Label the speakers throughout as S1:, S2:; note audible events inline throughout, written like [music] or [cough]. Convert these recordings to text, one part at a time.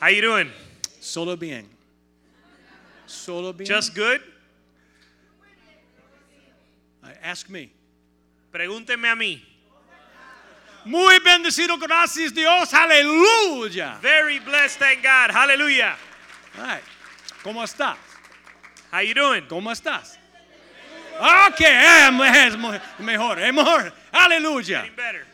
S1: How you doing?
S2: Solo bien. Solo bien.
S1: Just good?
S2: Uh, ask me.
S1: Pregúnteme a mí.
S2: Muy bendecido, gracias Dios. Aleluya.
S1: Very blessed, thank God. Hallelujah.
S2: All right. ¿Cómo estás?
S1: How you doing?
S2: ¿Cómo estás? Ok, eh, es mo- mejor, es mejor. Aleluya.
S1: Getting better.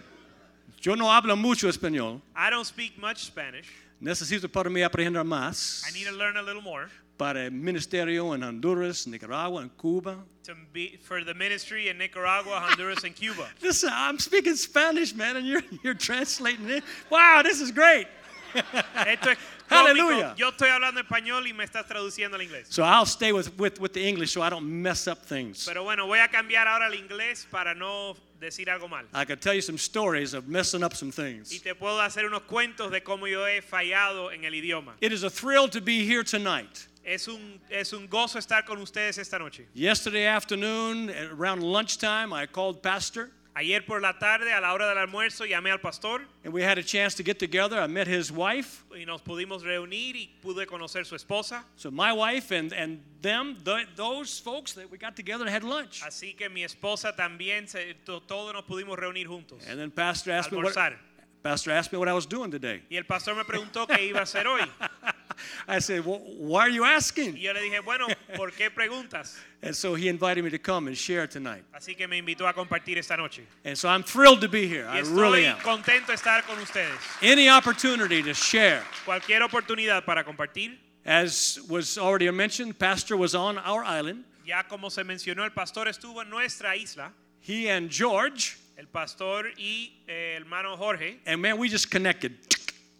S2: Yo no hablo mucho español.
S1: I don't speak much Spanish.
S2: Necesito para mí aprender más
S1: I need to learn a little more
S2: para el ministerio en Honduras, Nicaragua, en Cuba.
S1: to be, for the ministry in Nicaragua, Honduras, and Cuba.
S2: Listen, I'm speaking Spanish, man, and you're, [laughs] you're translating it. Wow, this is great.
S1: [laughs] Esto es cómico.
S2: [laughs] Hallelujah.
S1: Yo estoy hablando español y me estás traduciendo al inglés.
S2: So I'll stay with, with, with the English so I don't mess up things.
S1: Pero bueno, voy a cambiar ahora al inglés para no decir algo mal.
S2: I could tell you some stories of messing up some
S1: Y
S2: things.
S1: te puedo hacer unos cuentos de cómo yo he fallado en el idioma.
S2: It is a thrill to be here tonight.
S1: Es un, es un gozo estar con ustedes esta noche.
S2: Yesterday afternoon, at around lunchtime, I called Pastor
S1: Ayer por la tarde, a la hora del almuerzo, llamé al pastor
S2: and we had a chance to get together. I met his wife.
S1: y nos pudimos reunir y pude conocer su esposa.
S2: So my wife and, and them, th those folks that we got together and had lunch.
S1: Así que mi esposa también, se- to- todos nos pudimos reunir juntos,
S2: And then Pastor asked me what,
S1: almorzar.
S2: Pastor asked me what I was doing today.
S1: Y el pastor me preguntó qué iba a hacer hoy.
S2: [laughs] I said, well, why are you
S1: Y
S2: asking?
S1: yo le dije, bueno, ¿por qué preguntas?
S2: And so he invited me to come and share tonight.
S1: Así que me invitó a compartir esta noche.
S2: And so I'm thrilled to be here.
S1: Y
S2: I really
S1: estoy
S2: am.
S1: contento de estar con ustedes.
S2: Any opportunity to share.
S1: Cualquier oportunidad para compartir.
S2: As was already mentioned, Pastor was on our island.
S1: Ya como se mencionó, el pastor estuvo en nuestra isla.
S2: He and George,
S1: El pastor y eh, hermano Jorge.
S2: and man, we just connected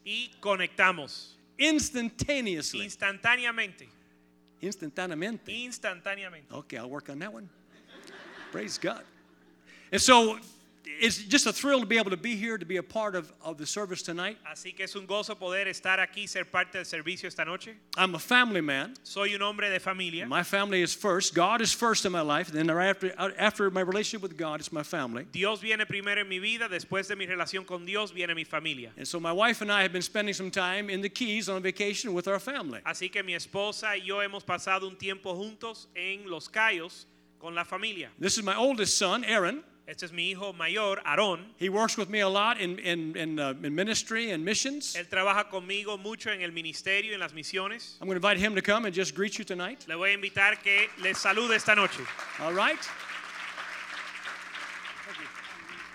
S1: Y conectamos
S2: instantaneously.
S1: instantáneamente.
S2: Instantaneamente.
S1: Instantáneamente.
S2: Okay, I'll work on that one. Praise God. And so it's just a thrill to be able to be here, to be a part of, of the service tonight.
S1: Así que es un gozo poder estar aquí, ser parte del servicio esta noche.
S2: I'm a family man.
S1: Soy un hombre de familia.
S2: My family is first. God is first in my life. Then after, after my relationship with God, it's my family.
S1: Dios viene primero en mi vida, después de mi relación con Dios viene mi familia.
S2: And so my wife and I have been spending some time in the Keys on vacation with our family.
S1: Así que mi esposa y yo hemos pasado un tiempo juntos en Los Cayos con la familia.
S2: This is my oldest son, Aaron.
S1: Este es mi hijo mayor, Aarón.
S2: He works with me a lot in, in, in, uh, in ministry and missions.
S1: Él trabaja conmigo mucho en el ministerio, en las misiones.
S2: I'm going to invite him to come and just greet you tonight.
S1: Le voy a invitar que les salude esta noche.
S2: All right?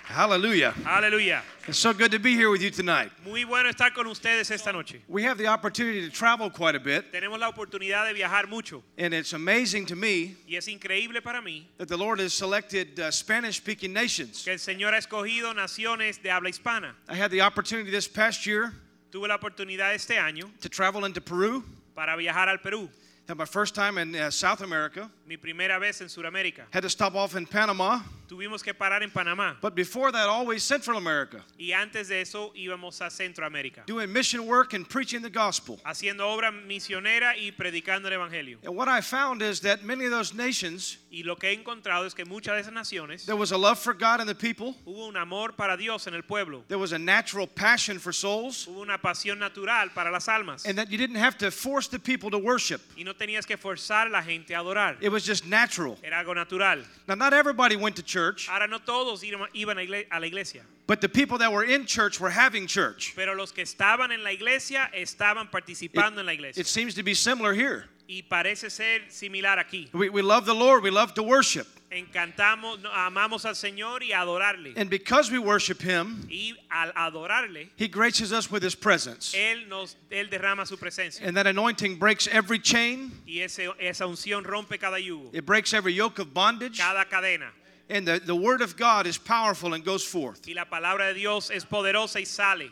S3: Hallelujah.
S1: Aleluya.
S3: It's so good to be here with you tonight.
S1: Muy bueno estar con ustedes esta noche.
S3: We have the opportunity to travel quite a bit,
S1: Tenemos la oportunidad de viajar mucho
S3: and it's amazing to me
S1: y es increíble para mí
S3: that the Lord has selected uh, Spanish speaking nations.
S1: que el Señor ha escogido naciones de habla hispana.
S3: I had the opportunity this past year
S1: Tuve la oportunidad este año
S3: to travel into Peru,
S1: para viajar al Perú,
S3: had my first time in uh, South America,
S1: mi primera vez en Sudamérica.
S3: had to stop off in Panama,
S1: Tuvimos que parar en Panamá
S3: but before that, always Central America,
S1: y antes de eso íbamos a Centroamérica,
S3: doing mission work and preaching the gospel.
S1: haciendo obra misionera y predicando el Evangelio.
S3: And what I found is that many of those nations,
S1: Y lo que he encontrado es que muchas de esas naciones
S3: there was a love for God and the people,
S1: hubo un amor para Dios en el pueblo,
S3: there was a natural passion for souls,
S1: hubo una pasión natural para las almas
S3: and that you didn't have to force the people to worship.
S1: y no tenías que forzar a la gente a adorar.
S3: It was just natural.
S1: Era algo natural.
S3: Now, not everybody went to church,
S1: Ahora no todos ir- iban a igle- a la iglesia,
S3: but the people that were in church were having church.
S1: pero los que estaban en la iglesia estaban participando en la iglesia.
S3: It seems to be similar here.
S1: Y parece ser similar aquí.
S3: We, we love the Lord, we love to worship.
S1: Encantamos, no, amamos al Señor y adorarle.
S3: And because we worship Him,
S1: Y al adorarle,
S3: He graces us with His presence.
S1: Él, nos, él derrama su presencia.
S3: And that anointing breaks every chain,
S1: Y ese, esa unción rompe cada yugo,
S3: it breaks every yoke of bondage.
S1: cada cadena.
S3: And the, the Word of God is powerful and goes forth.
S1: Y la palabra de Dios es poderosa y sale.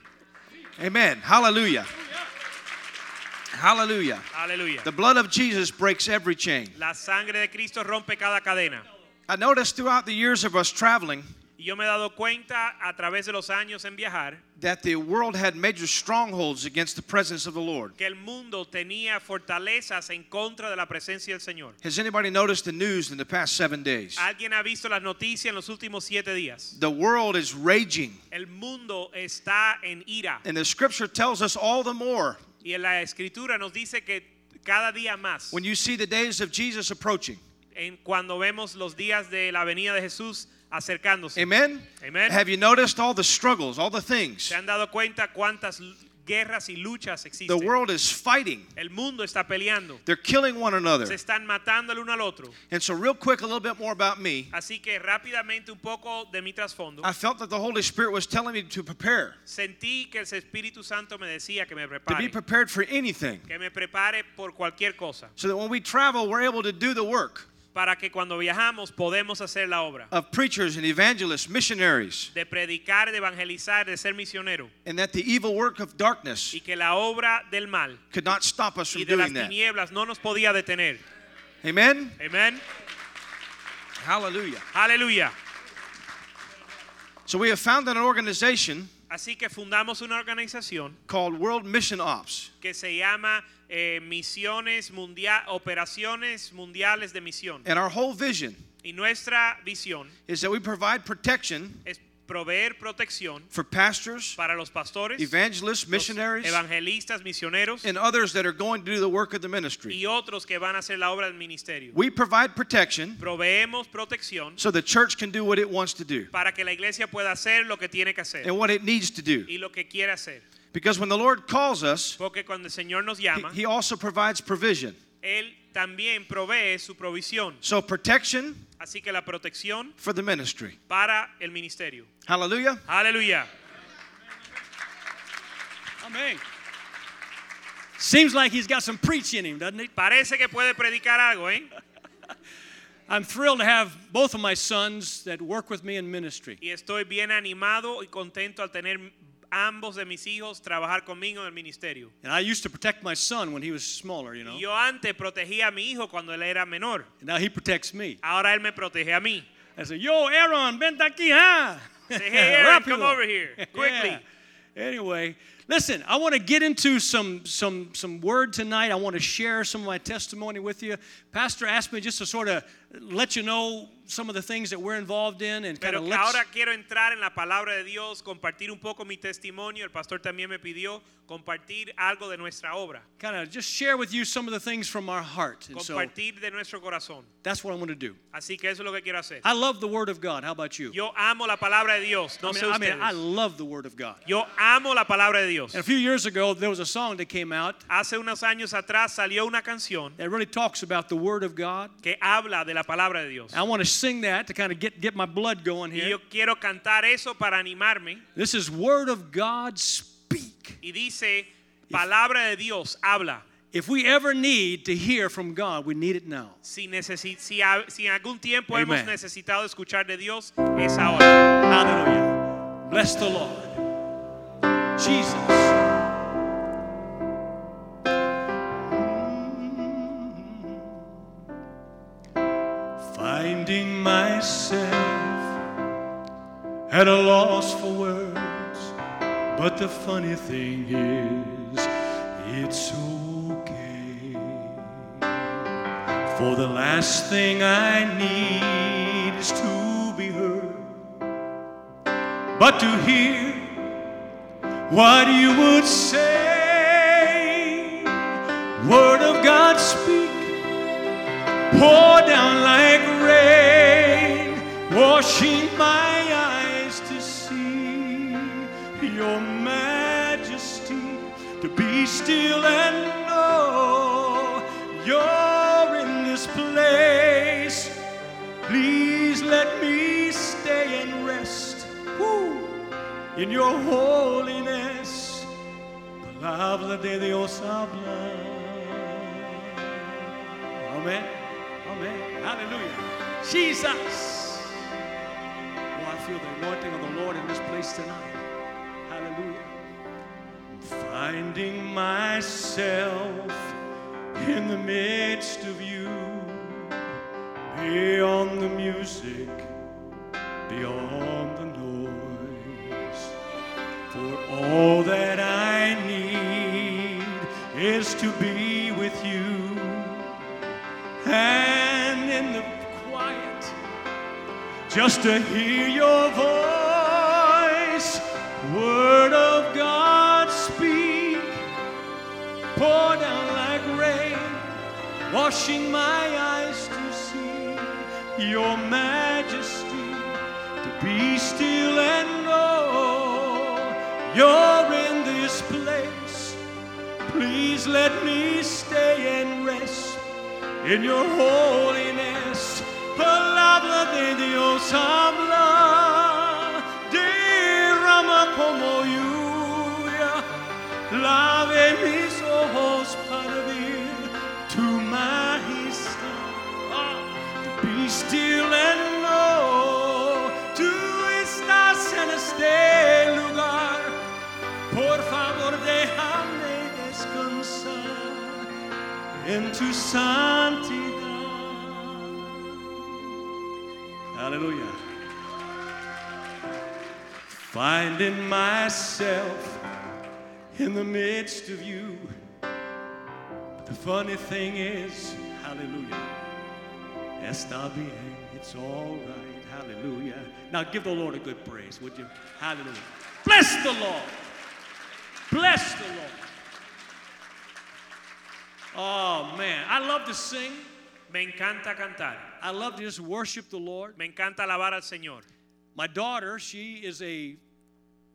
S3: Amen. Hallelujah. Hallelujah.
S1: Aleluya.
S3: The blood of Jesus breaks every chain.
S1: La sangre de Cristo rompe cada cadena.
S3: I noticed throughout the years of us traveling
S1: Y yo me he dado cuenta a través de los años en viajar
S3: that the world had major strongholds against the presence of the Lord.
S1: que el mundo tenía fortalezas en contra de la presencia del Señor.
S3: Has anybody noticed the news in the past seven days?
S1: ¿Alguien ha visto las noticias en los últimos siete días?
S3: The world is raging.
S1: El mundo está en ira
S3: And the scripture tells us all the more
S1: y en la escritura nos dice que cada día más,
S3: when you see the days of Jesus approaching.
S1: en cuando vemos los días de la venida de Jesús acercándose,
S3: Amen?
S1: Amen.
S3: Have you noticed all the struggles, all the things?
S1: ¿se han dado cuenta cuántas l- guerras y luchas
S3: The
S1: existen?
S3: world is fighting.
S1: El mundo está peleando,
S3: They're killing one another.
S1: se están matando el uno al otro.
S3: And so, real quick, a little bit more about me.
S1: Así que rápidamente un poco de mi trasfondo.
S3: I felt that the Holy Spirit was telling me to prepare,
S1: Sentí que el Espíritu Santo me decía que me
S3: to be
S1: prepare,
S3: prepared for anything,
S1: que me prepare por cualquier cosa,
S3: so that when we travel, we're able to do the work
S1: para que cuando viajamos podemos hacer la obra,
S3: of preachers and evangelists, missionaries,
S1: de predicar, de evangelizar, de ser misionero,
S3: and that the evil work of darkness
S1: y que la obra del mal
S3: could not stop us from
S1: y de las
S3: doing that.
S1: tinieblas no nos podía detener.
S3: Amen?
S1: Amén.
S3: Hallelujah.
S1: Aleluya.
S3: So, we have founded an organization
S1: Así que fundamos una organización
S3: called World Mission Ops.
S1: que se llama eh, Misiones Mundial, Operaciones Mundiales de Misión.
S3: And our whole vision
S1: Y nuestra visión
S3: is that we provide protection
S1: es proveer protección
S3: for pastors,
S1: para los pastores,
S3: evangelists,
S1: los
S3: missionaries,
S1: evangelistas, misioneros
S3: and others that are going to do the work of the ministry.
S1: y otros que van a hacer la obra del ministerio.
S3: We provide protection
S1: Proveemos protección
S3: so the church can do what it wants to do
S1: para que la iglesia pueda hacer lo que tiene que hacer
S3: and what it needs to do.
S1: y lo que quiere hacer.
S3: Because when the Lord calls us,
S1: Porque cuando el Señor nos
S3: He,
S1: llama,
S3: he also provides provision.
S1: Él también provee su provisión.
S3: So protection
S1: Así que la protección
S3: for the ministry.
S1: para el ministerio.
S3: Hallelujah.
S1: Aleluya.
S2: Amen. Seems like he's got some preach in him, doesn't it?
S1: Parece que puede predicar algo, ¿eh?
S2: I'm thrilled to have both of my sons that work with me in ministry.
S1: Y estoy bien animado y contento al tener ambos de mis hijos trabajar conmigo en el ministerio.
S2: And I used to protect my son when he was smaller, you know.
S1: Y Yo antes protegía a mi hijo cuando él era menor.
S2: And now he protects me.
S1: Ahora él me protege a mí.
S2: I say, Yo, Aaron, ven aquí, huh?
S1: Say,
S2: [laughs]
S1: "Hey, Aaron,
S2: Rápido."
S1: come over here, quickly.
S2: Yeah. Anyway, listen, I want to get into some some some word tonight. I want to share some of my testimony with you. Pastor asked me just to sort of let you know some of the things that we're involved in and kind
S1: Pero
S2: of
S1: que
S2: let
S1: ahora quiero entrar en la palabra de Dios, compartir un poco mi testimonio. El pastor también me pidió compartir algo de nuestra obra,
S2: kind of just share with you some of the things from our heart. And so
S1: compartir de nuestro corazón.
S2: that's what I'm going to do.
S1: Así que eso es lo que quiero hacer.
S2: I love the Word of God. How about you?
S1: Yo amo la palabra de Dios, no
S2: I mean,
S1: sé
S2: I, mean,
S1: ustedes.
S2: I love the Word of God.
S1: Yo amo la palabra de Dios.
S2: And a few years ago, there was a song that came out
S1: Hace unos años atrás salió una canción
S2: that really talks about the Word of God.
S1: que habla de la palabra de Dios.
S2: I want to sing that to kind of get, get my blood going
S1: Y
S2: here.
S1: yo quiero cantar eso para animarme.
S2: This is Word of God Speak.
S1: Y dice, palabra de Dios, habla.
S2: If we ever need to hear from God, we need it now.
S1: Si, necesi- si, a- si en algún tiempo
S2: Amen.
S1: hemos necesitado escuchar de Dios, es ahora.
S2: Hallelujah. Bless the Lord. Jesus. finding myself at a loss for words. But the funny thing is, it's okay. For the last thing I need is to be heard, but to hear what you would say. Word of God, speak pour down like rain, washing my eyes to see your majesty, to be still and know you're in this place. Please let me stay and rest woo, in your holiness. Palabra de Dios habla. Amen. Amen. Hallelujah. Jesus. Oh, I feel the anointing of the Lord in this place tonight. Hallelujah. finding myself in the midst of you. Beyond the music, beyond the noise, for all that I need is to be with you. And in the quiet, just to hear your voice. Word of God, speak, pour down like rain, washing my eyes to see your majesty, to be still and know you're in this place. Please let me stay and rest in your holiness. Palabra de Dios habla, derrama como lluvia, lave mis ojos para ver tu majestad. Ah, Be still and know, tú estás en este lugar. Por favor, déjame descansar en tu santidad. Hallelujah. Finding myself in the midst of you. But the funny thing is, hallelujah. Está bien, it's all right, hallelujah. Now give the Lord a good praise, would you? Hallelujah. Bless the Lord. Bless the Lord. Oh man, I love to sing.
S1: Me encanta cantar.
S2: I love to just worship the Lord.
S1: Me encanta alabar al Señor.
S2: My daughter, she is a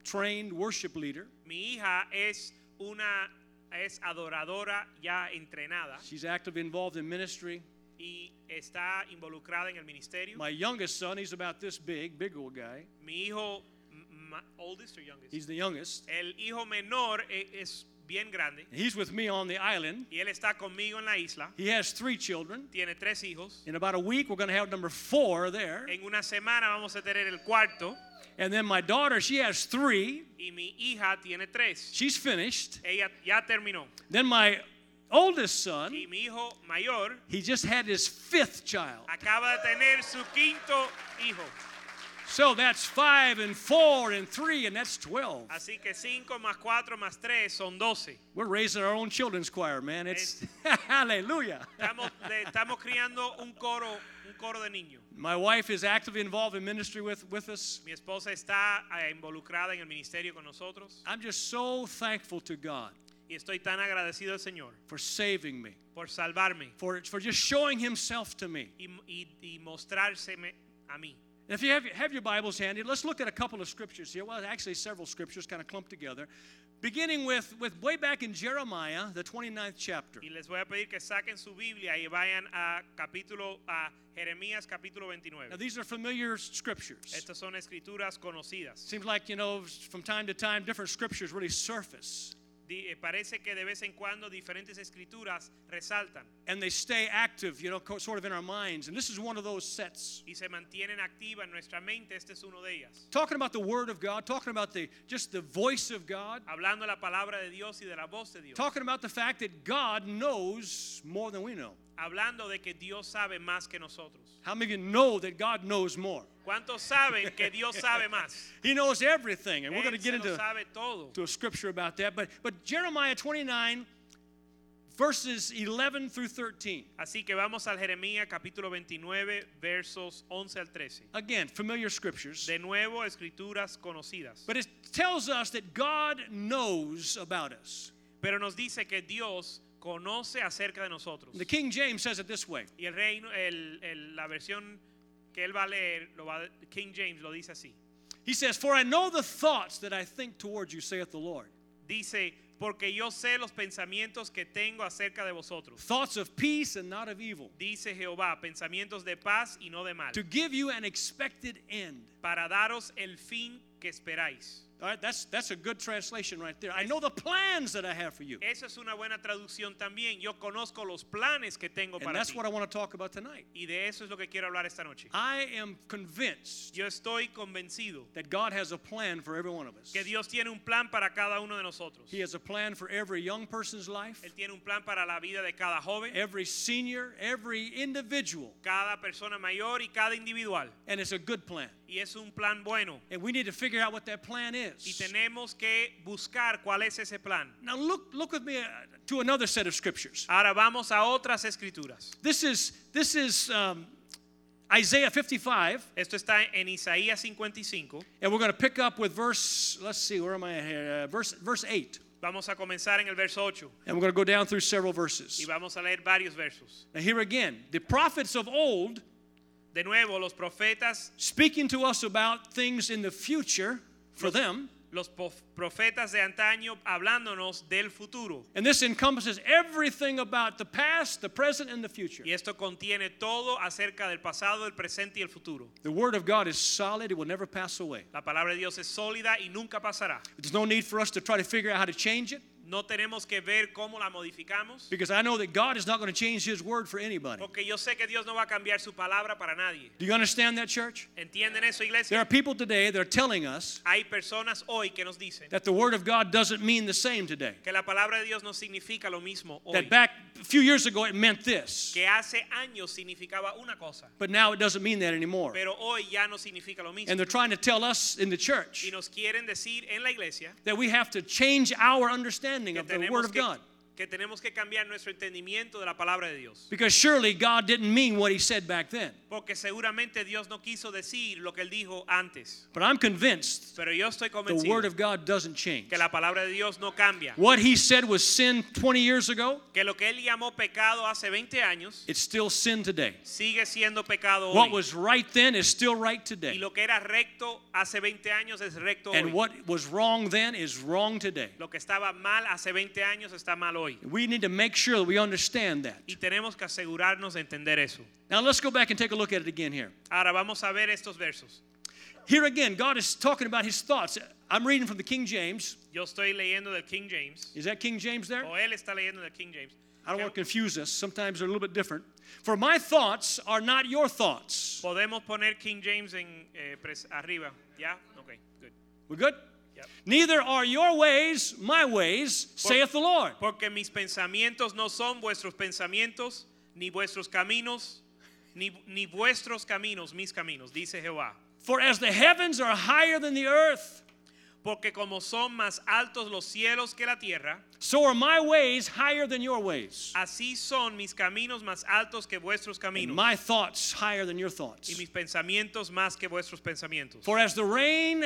S2: trained worship leader.
S1: Mi hija es una es adoradora ya entrenada
S2: She's actively involved in ministry.
S1: y está involucrada en el ministerio.
S2: My youngest son, he's about this big, big old guy.
S1: Mi hijo m- ma- oldest or youngest?
S2: He's the youngest.
S1: El hijo menor e- es bien grande
S2: He's with me on the island.
S1: y él está conmigo en la isla.
S2: He has three children.
S1: Tiene tres hijos.
S2: In about a week, we're going to have number four there.
S1: En una semana vamos a tener el cuarto
S2: And then my daughter, she has three.
S1: y mi hija tiene tres.
S2: She's finished.
S1: Ella ya terminó.
S2: Then my oldest son,
S1: Y mi hijo mayor
S2: he just had his fifth child.
S1: acaba de tener su quinto hijo.
S2: So that's five and four and three, and that's 12.
S1: Así que cinco más cuatro más tres son 12.
S2: We're raising our own children's choir, man. It's [laughs] hallelujah.
S1: Estamos,
S2: [laughs]
S1: le estamos criando un coro, un coro de niños.
S2: My wife is actively involved in ministry with, with us.
S1: Mi esposa está eh, involucrada en el ministerio con nosotros
S2: I'm just so thankful to God
S1: y estoy tan agradecido al Señor
S2: for saving me,
S1: por salvarme
S2: for, for just showing Himself to me.
S1: y, y- y mostrárseme a mí.
S2: If you have, have your Bibles handy, let's look at a couple of scriptures here. Well, actually, several scriptures kind of clumped together, beginning with, with way back in Jeremiah, the 29th chapter.
S1: Y les voy a pedir que saquen su Biblia y vayan a capítulo a Jeremías capítulo
S2: Now,
S1: 29.
S2: these are familiar scriptures.
S1: Estas son escrituras conocidas.
S2: Seems like, you know, from time to time, different scriptures really surface
S1: Di- eh, parece que de vez en cuando diferentes escrituras resaltan
S2: and they stay active, you know, co- sort of in our minds. And this is one of those sets.
S1: y se mantienen activas en nuestra mente. Este es uno de ellas.
S2: Talking about the Word of God, talking about the just the voice of God,
S1: Hablando la palabra de Dios y de la voz de Dios.
S2: talking about the fact that God knows more than we know.
S1: Hablando de que Dios sabe más que nosotros.
S2: How many of you know that God knows more?
S1: ¿Cuántos saben que Dios sabe más?
S2: He knows everything, [laughs] and we're going to
S1: Él
S2: get
S1: se lo
S2: into
S1: sabe todo.
S2: to a scripture about that. But but Jeremiah 29, verses 11 through 13.
S1: Así que vamos al Jeremías capítulo 29 versos 11 al 13.
S2: Again, familiar scriptures.
S1: De nuevo, escrituras conocidas.
S2: But it tells us that God knows about us.
S1: Pero nos dice que Dios conoce acerca de nosotros.
S2: The King James says it this way
S1: Y el reino, el- el- la versión que él va a leer, lo va- King James lo dice así.
S2: He says, For I know the thoughts that I think toward you, saith the Lord.
S1: Dice, porque yo sé los pensamientos que tengo acerca de vosotros.
S2: Thoughts of peace and not of evil,
S1: Dice Jehová, pensamientos de paz y no de mal,
S2: to give you an expected end.
S1: para daros el fin que esperáis.
S2: All right, that's, that's a good translation right there. I know the plans that I have for you.
S1: Esa es una buena traducción también. Yo conozco los planes que tengo
S2: And
S1: para
S2: that's
S1: ti.
S2: what I want to talk about tonight.
S1: Y de eso es lo que quiero hablar esta noche.
S2: I am convinced
S1: Yo estoy convencido
S2: that God has a plan for every one of us.
S1: que Dios tiene un plan para cada uno de nosotros.
S2: He has a plan for every young person's life,
S1: Él tiene un plan para la vida de cada joven,
S2: every senior, every individual,
S1: cada persona mayor y cada individual.
S2: and it's a good plan.
S1: Y es un plan bueno.
S2: And we need to figure out what that plan
S1: Y
S2: is.
S1: tenemos que buscar cuál es ese plan.
S2: Now look look with me uh, to another set of scriptures.
S1: Ahora vamos a otras escrituras.
S2: This is this is um, Isaiah 55,
S1: Esto está en Isaías 55.
S2: and we're going to pick up with verse. Let's see, where am I here? Uh, verse verse eight,
S1: Vamos a comenzar en el verso 8
S2: and we're going to go down through several
S1: y
S2: verses.
S1: vamos a leer varios versos.
S2: Now here again, the prophets of old
S1: De nuevo, los profetas,
S2: speaking to us about things in the future for them,
S1: los pof- profetas de antaño hablándonos del futuro.
S2: and this encompasses everything about the past, the present, and the future.
S1: Y esto contiene todo acerca del pasado, el presente y el futuro.
S2: The word of God is solid; it will never pass away.
S1: La palabra de Dios es sólida y nunca pasará.
S2: There's no need for us to try to figure out how to change it,
S1: No tenemos que ver cómo la modificamos,
S2: because I know that God is not going to change His word for anybody.
S1: porque yo sé que Dios no va a cambiar su palabra para nadie.
S2: Do you understand that, church?
S1: ¿Entienden eso,
S2: There
S1: iglesia?
S2: are people today that are telling us
S1: Hay personas hoy que nos dicen
S2: that the Word of God doesn't mean the same today.
S1: que la palabra de Dios no significa lo mismo hoy.
S2: That back a few years ago it meant this,
S1: que hace años significaba una cosa,
S2: but now it doesn't mean that anymore.
S1: pero hoy ya no significa lo mismo.
S2: And they're trying to tell us in the
S1: Y
S2: church
S1: nos quieren decir en la iglesia
S2: that we have to change our understanding
S1: que
S2: of the Word
S1: tenemos
S2: of
S1: que,
S2: God.
S1: que tenemos que cambiar nuestro entendimiento de la palabra de Dios.
S2: Because surely God didn't mean what He said back then.
S1: Porque seguramente Dios no quiso decir lo que él dijo antes.
S2: But I'm convinced
S1: Pero yo estoy
S2: the Word
S1: convencido
S2: of God doesn't change.
S1: que la palabra de Dios no cambia.
S2: What He said was sin 20 years ago,
S1: Que lo que él llamó pecado hace 20 años
S2: it's still sin today.
S1: sigue siendo pecado
S2: What
S1: hoy.
S2: was right then is still right
S1: Y
S2: today.
S1: lo que era recto hace 20 años es recto
S2: And
S1: hoy.
S2: what was wrong then is wrong today.
S1: Lo que estaba mal hace 20 años está mal hoy.
S2: We need to make sure that we understand that.
S1: Y tenemos que asegurarnos de entender eso.
S2: Now let's go back and take a look at it again here.
S1: Ahora vamos a ver estos versos.
S2: Here again, God is talking about his thoughts. I'm reading from the King James.
S1: Yo estoy leyendo del King James.
S2: Is that King James there?
S1: O él está leyendo del King James.
S2: I don't want to confuse us. Sometimes they're a little bit different. For my thoughts are not your thoughts.
S1: Podemos poner King James en eh, pres- arriba. ¿Ya? Ok, good.
S2: We good?
S1: Yep.
S2: Neither are your ways my ways, saith the Lord.
S1: Porque mis pensamientos no son vuestros pensamientos, ni vuestros caminos, ni, ni vuestros caminos, mis caminos, dice Jehová.
S2: For as the heavens are higher than the earth,
S1: Porque como son más altos los cielos que la tierra,
S2: so are my ways higher than your ways.
S1: así son mis caminos más altos que vuestros
S2: And
S1: caminos,
S2: my thoughts higher than your
S1: y
S2: thoughts.
S1: mis pensamientos más que vuestros pensamientos.
S2: For as the rain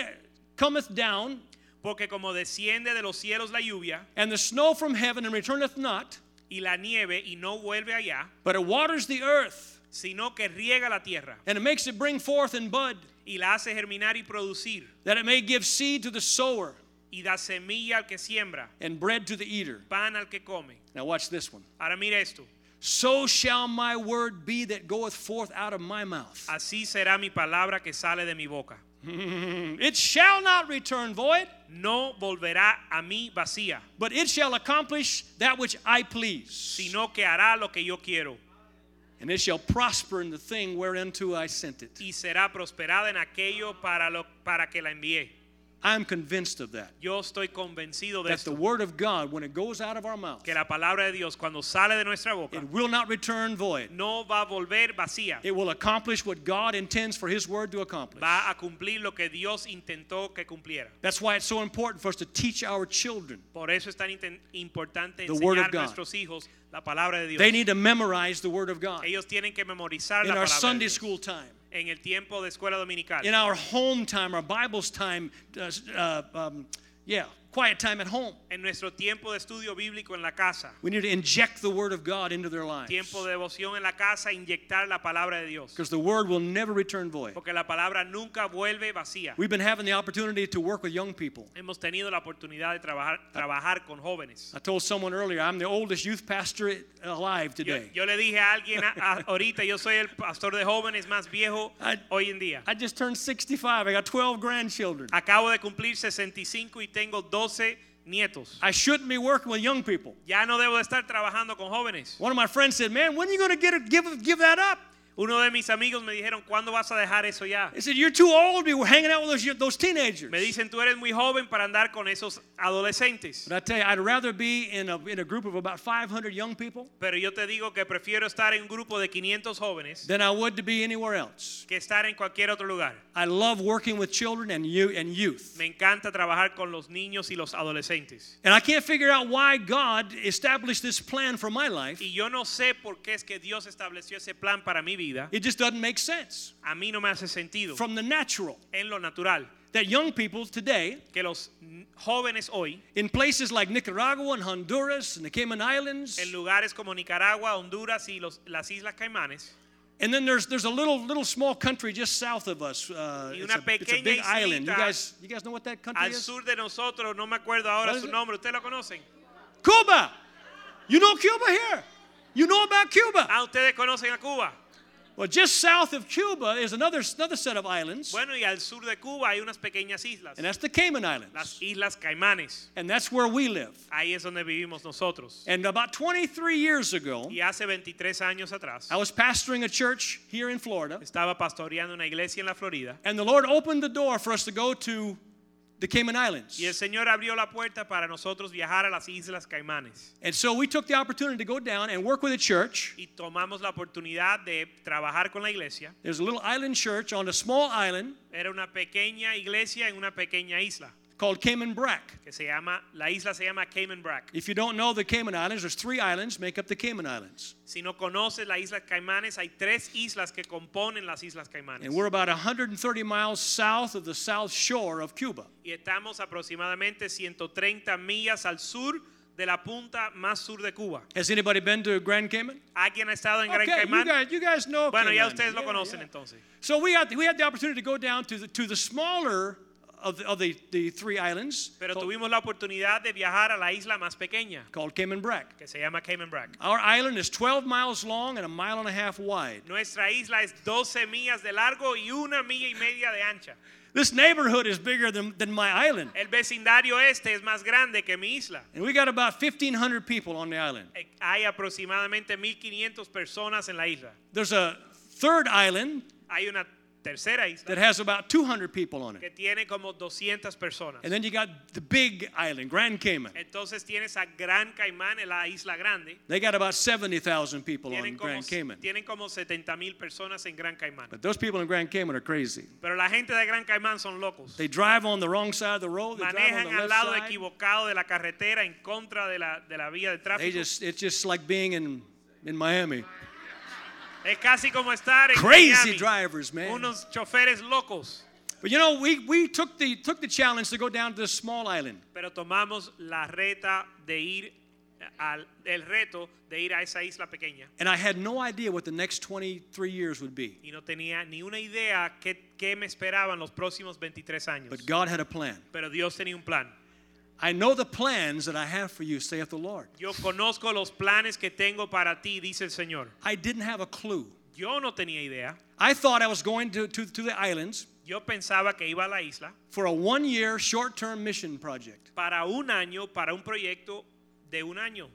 S2: cometh down
S1: Porque como desciende de los cielos la lluvia
S2: and the snow from heaven and returneth not,
S1: y la nieve y no vuelve allá,
S2: but it waters the earth
S1: sino que riega la tierra
S2: and it makes it bring forth and bud,
S1: y la hace germinar y producir,
S2: that it may give seed to the sower
S1: y da semilla al que siembra,
S2: and bread to the eater.
S1: pan al que come.
S2: Now, watch this one.
S1: Ahora mira esto.
S2: So shall my word be that goeth forth out of my mouth.
S1: Así será mi palabra que sale de mi boca.
S2: [laughs] It shall not return void,
S1: No volverá a mí vacía,
S2: but it shall accomplish that which I please,
S1: sino que hará lo que yo quiero
S2: and it shall prosper in the thing whereunto I sent it.
S1: y será prosperada en aquello para, lo, para que la envié.
S2: I am convinced of that.
S1: Yo estoy convencido de
S2: That the
S1: esto,
S2: word of God, when it goes out of our mouth,
S1: que la palabra de Dios cuando sale de nuestra boca
S2: it will not return void.
S1: no va a volver vacía,
S2: It will accomplish what God intends for His Word to accomplish.
S1: va a cumplir lo que Dios intentó que cumpliera.
S2: That's why it's so important for us to teach our children.
S1: Por eso es tan inten- importante
S2: The Word of
S1: enseñar a
S2: God.
S1: nuestros hijos la palabra de Dios.
S2: They need to memorize the Word of God
S1: Ellos tienen que memorizar
S2: in
S1: la
S2: our
S1: palabra de
S2: Sunday
S1: Dios.
S2: school time,
S1: en el tiempo de escuela dominical.
S2: in our home time, our Bible's time, uh, uh, um, yeah, quiet time at home.
S1: en nuestro tiempo de estudio bíblico en la casa,
S2: We need to inject the Word of God into their lives.
S1: tiempo de devoción en la casa, inyectar la palabra de Dios,
S2: Because the Word will never return void.
S1: porque la palabra nunca vuelve vacía.
S2: We've been having the opportunity to work with young people.
S1: Hemos tenido la
S2: Ah.
S1: oportunidad de trabajar, trabajar con jóvenes.
S2: I told someone earlier, I'm the oldest youth pastor alive
S1: Yo,
S2: today.
S1: yo le dije a alguien a- a- ahorita, yo soy el pastor de jóvenes más viejo
S2: I-
S1: hoy en día.
S2: I just turned 65. I got 12 grandchildren.
S1: Acabo de cumplir 65 y tengo 12 nietos.
S2: I shouldn't be working with young people.
S1: Ya no debo de estar trabajando con jóvenes.
S2: One of my friends said, "Man, when are you going to get a, give give that up?"
S1: Uno de mis amigos me dijeron, ¿cuándo vas a dejar eso ya?
S2: He said, "You're too old to be hanging out with those yo- those teenagers."
S1: Me dicen, tú eres muy joven para andar con esos adolescentes.
S2: But I tell you, I'd rather be in a in a group of about 500 young people
S1: Pero yo te digo que prefiero estar en un grupo de 500 jóvenes
S2: than I would to be anywhere else.
S1: que estar en cualquier otro lugar.
S2: I love working with children and you and youth.
S1: Me encanta trabajar con los niños y los adolescentes.
S2: And I can't figure out why God established this plan for my life.
S1: Y yo no sé por qué es que Dios estableció ese plan para mi vida.
S2: It just doesn't make sense
S1: A mí no me hace sentido
S2: from the natural
S1: en lo natural
S2: that young people today
S1: que los n- jóvenes hoy
S2: in places like Nicaragua and Honduras and the Cayman Islands
S1: en lugares como Nicaragua, Honduras y los- las Islas Caimanes
S2: And then there's there's a little little small country just south of us. Uh,
S1: Y
S2: it's,
S1: una
S2: a, it's a
S1: pequeña
S2: big island. You
S1: islita.
S2: guys, you guys know what that country
S1: al
S2: is?
S1: sur de nosotros, no me acuerdo ahora
S2: What is
S1: su
S2: it?
S1: nombre, ¿ustedes lo conocen?
S2: Cuba. You know Cuba here. You know about Cuba.
S1: Ah, ustedes conocen a Cuba.
S2: Well, just south of Cuba is another another set of islands,
S1: Bueno, y al sur de Cuba hay unas pequeñas islas,
S2: and that's the Cayman
S1: las
S2: Islands,
S1: Islas Caimanes.
S2: and that's where we live.
S1: Ahí es donde vivimos nosotros.
S2: And about 23 years ago,
S1: Y hace 23 años atrás
S2: I was pastoring a church here in Florida,
S1: estaba pastoreando una iglesia en la Florida
S2: and the Lord opened the door for us to go to the Cayman Islands.
S1: y el Señor abrió la puerta para nosotros viajar a las Islas Caimanes.
S2: And so we took the opportunity to go down and work with a church.
S1: Y tomamos la oportunidad de trabajar con la iglesia.
S2: There's a little island church on a small island
S1: Era una pequeña iglesia en una pequeña isla
S2: called Cayman Brac.
S1: que se llama, la isla se llama Cayman Brac.
S2: If you don't know the Cayman Islands, there's three islands make up the Cayman Islands.
S1: Si no conoces la isla Caimanes, hay tres islas que componen las Islas Caimanes.
S2: And we're about 130 miles south of the south shore of Cuba.
S1: Y estamos aproximadamente 130 millas al sur de la punta más sur de Cuba.
S2: Has anybody been to Grand Cayman?
S1: ¿Alguien ha estado en Gran
S2: okay, you
S1: Caimán?
S2: guys, you guys know.
S1: Bueno, ya
S2: Cayman.
S1: ustedes lo
S2: Yeah,
S1: conocen
S2: yeah.
S1: entonces.
S2: So we had, we had the opportunity to go down to the, to the smaller of the, of the, the three islands
S1: Pero
S2: called,
S1: tuvimos la oportunidad de viajar a la isla más pequeña,
S2: called Cayman Brac.
S1: que se llama Cayman Brac.
S2: Our island is 12 miles long and a mile and a half wide.
S1: Nuestra isla es 12 millas de largo y una milla y media de ancha.
S2: This neighborhood is bigger than, than my island.
S1: El vecindario este es más grande que mi isla.
S2: And we got about 1,500 people on the island.
S1: Eh, Hay aproximadamente 1.500 personas en la isla.
S2: There's a third island
S1: Hay una tercera
S2: that
S1: isla
S2: has about 200 people on
S1: que
S2: it.
S1: tiene como 200 personas.
S2: And then you got the big island, Grand Cayman.
S1: Entonces tienes a Gran Caimán en la isla grande.
S2: They got about 70,000 people on
S1: Tienen como,
S2: Grand Cayman.
S1: tienen como 70 mil personas en Gran Caimán.
S2: But those people in Grand Cayman are crazy.
S1: Pero la gente de Gran Caimán son locos.
S2: They drive on the wrong side of the road. They drive on
S1: Manejan
S2: the
S1: al
S2: left
S1: lado
S2: side.
S1: equivocado de la carretera en contra de la, de la vía de
S2: They
S1: tráfico.
S2: just, it's just like being in, in Miami.
S1: Es casi como estar en
S2: Crazy
S1: Miami.
S2: drivers, man.
S1: Unos choferes locos.
S2: But you know, we, we took, the, took the challenge to go down to this small island.
S1: Pero tomamos la reta de ir al el reto de ir a esa isla pequeña
S2: And I had no idea what the next 23 years would be.
S1: y no tenía ni una idea qué, qué me esperaban los próximos 23 años.
S2: But God had a plan.
S1: Pero Dios tenía un plan.
S2: I know the plans that I have for you, saith the Lord.
S1: Yo conozco los planes que tengo para ti, dice el Señor.
S2: I didn't have a clue.
S1: Yo no tenía idea.
S2: I thought I was going to, to, to the islands
S1: Yo pensaba que iba a la isla
S2: for a one year short term mission project.
S1: para un año, para un proyecto de un año.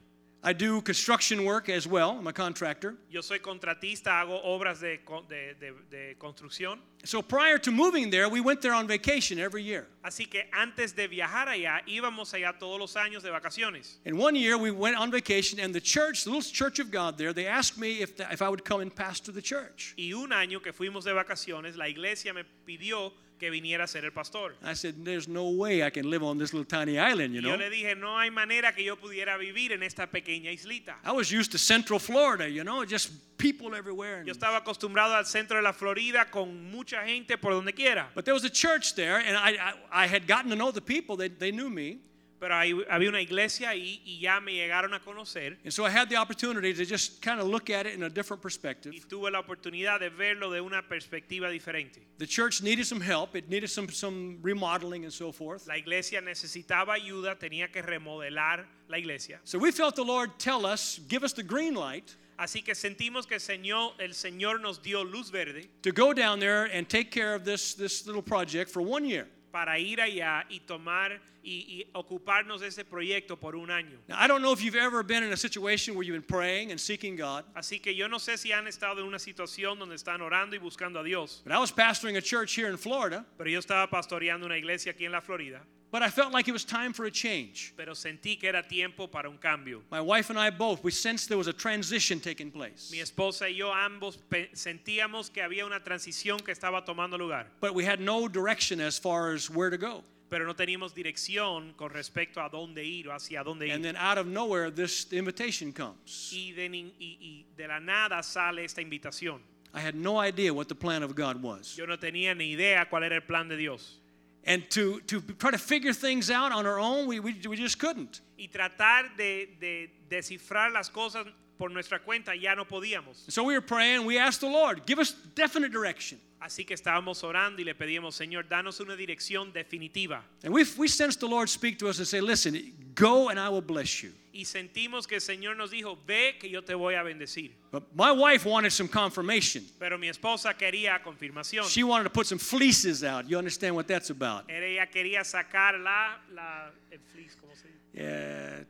S2: I do construction work as well. I'm a contractor.
S1: Yo soy contratista, hago obras de, con- de- de- de construcción.
S2: So prior to moving there, we went there on vacation every year.
S1: Así que antes de viajar allá, íbamos allá todos los años de vacaciones.
S2: And one year we went on vacation, and the church, the little church of God there, they asked me if, if I would come and pastor the church.
S1: Y un año que fuimos de vacaciones, la iglesia me pidió que viniera a ser el pastor.
S2: I said, There's no way I can live on this little tiny island, you
S1: Y
S2: know.
S1: yo le dije, no hay manera que yo pudiera vivir en esta pequeña islita.
S2: I was used to Central Florida, you know, just people everywhere. and-
S1: Yo estaba acostumbrado al centro de la Florida con mucha gente por donde quiera.
S2: But there was a church there, and I, I, I had gotten to know the people. They, they knew me.
S1: Pero ahí había una iglesia ahí y ya me llegaron a conocer
S2: And so I had the opportunity to just kind of look at it in a different
S1: y
S2: perspective.
S1: tuve la oportunidad de verlo de una perspectiva diferente.
S2: The church needed some help, it needed some, some remodeling and so forth.
S1: La iglesia necesitaba ayuda, tenía que remodelar la iglesia.
S2: So we felt the Lord tell us, give us the green light
S1: Así que sentimos que el Señor, el Señor nos dio luz verde
S2: to go down there and take care of this, this little project for one year.
S1: para ir allá y tomar y, y ocuparnos de ese proyecto por un año.
S2: Now, I don't know if you've ever been in a situation where you've been praying and seeking God,
S1: Así que yo no sé si han estado en una situación donde están orando y buscando a Dios,
S2: but I was pastoring a church here in Florida,
S1: pero yo estaba pastoreando una iglesia aquí en la Florida,
S2: but I felt like it was time for a change.
S1: pero sentí que era tiempo para un cambio.
S2: My wife and I both, we sensed there was a transition taking place,
S1: Mi esposa y yo ambos pe- sentíamos que había una transición que estaba tomando lugar,
S2: but we had no direction as far as where to go.
S1: pero no teníamos dirección con respecto a dónde ir o hacia dónde ir.
S2: And then out of nowhere, this invitation comes.
S1: y de, nin- y- y de la nada sale esta invitación.
S2: I had no idea what the plan of God was.
S1: Yo no tenía ni idea cuál era el plan de Dios.
S2: And to, to try to figure things out on our own, we, we, we just couldn't.
S1: Y tratar de, de descifrar las cosas por nuestra cuenta ya no podíamos.
S2: So we were praying, we asked the Lord, give us definite direction.
S1: Así que estábamos orando y le pedíamos, Señor, danos una dirección definitiva.
S2: And we, we sensed the Lord speak to us and say, listen, go and I will bless you.
S1: Y sentimos que el Señor nos dijo, ve que yo te voy a bendecir.
S2: But my wife wanted some confirmation.
S1: Pero mi esposa quería confirmación.
S2: She wanted to put some fleeces out. You understand what that's about?
S1: Era- Ella quería sacar la, la el fleece, ¿cómo se dice?
S2: Yeah.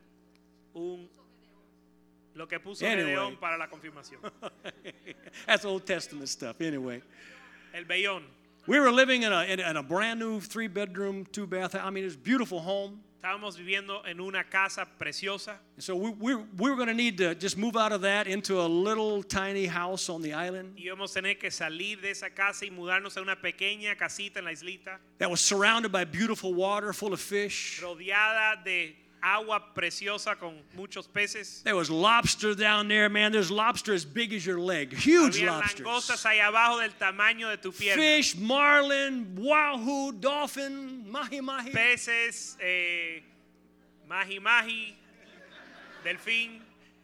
S1: Un, lo que puso
S2: Anyway.
S1: Gedeón para la confirmación.
S2: that's Old Testament stuff. Anyway,
S1: El vellón.
S2: we were living in a, in, a- in a brand new three bedroom, two bath. I mean, it's a beautiful home.
S1: Estábamos viviendo en una casa preciosa,
S2: And so we, we, we were going to need to just move out of that into a little tiny house on the island
S1: y íbamos a tener que salir de esa casa y mudarnos a una pequeña casita en la islita,
S2: that was surrounded by beautiful water full of fish.
S1: rodeada de agua preciosa con muchos peces.
S2: There was lobster down there, man. There's lobster as big as your leg. Huge
S1: Había
S2: lobsters.
S1: langostas ahí abajo del tamaño de tu pierna.
S2: Fish, marlin, wahoo, dolphin, mahi mahi.
S1: Peces, eh, maji maji, delfín.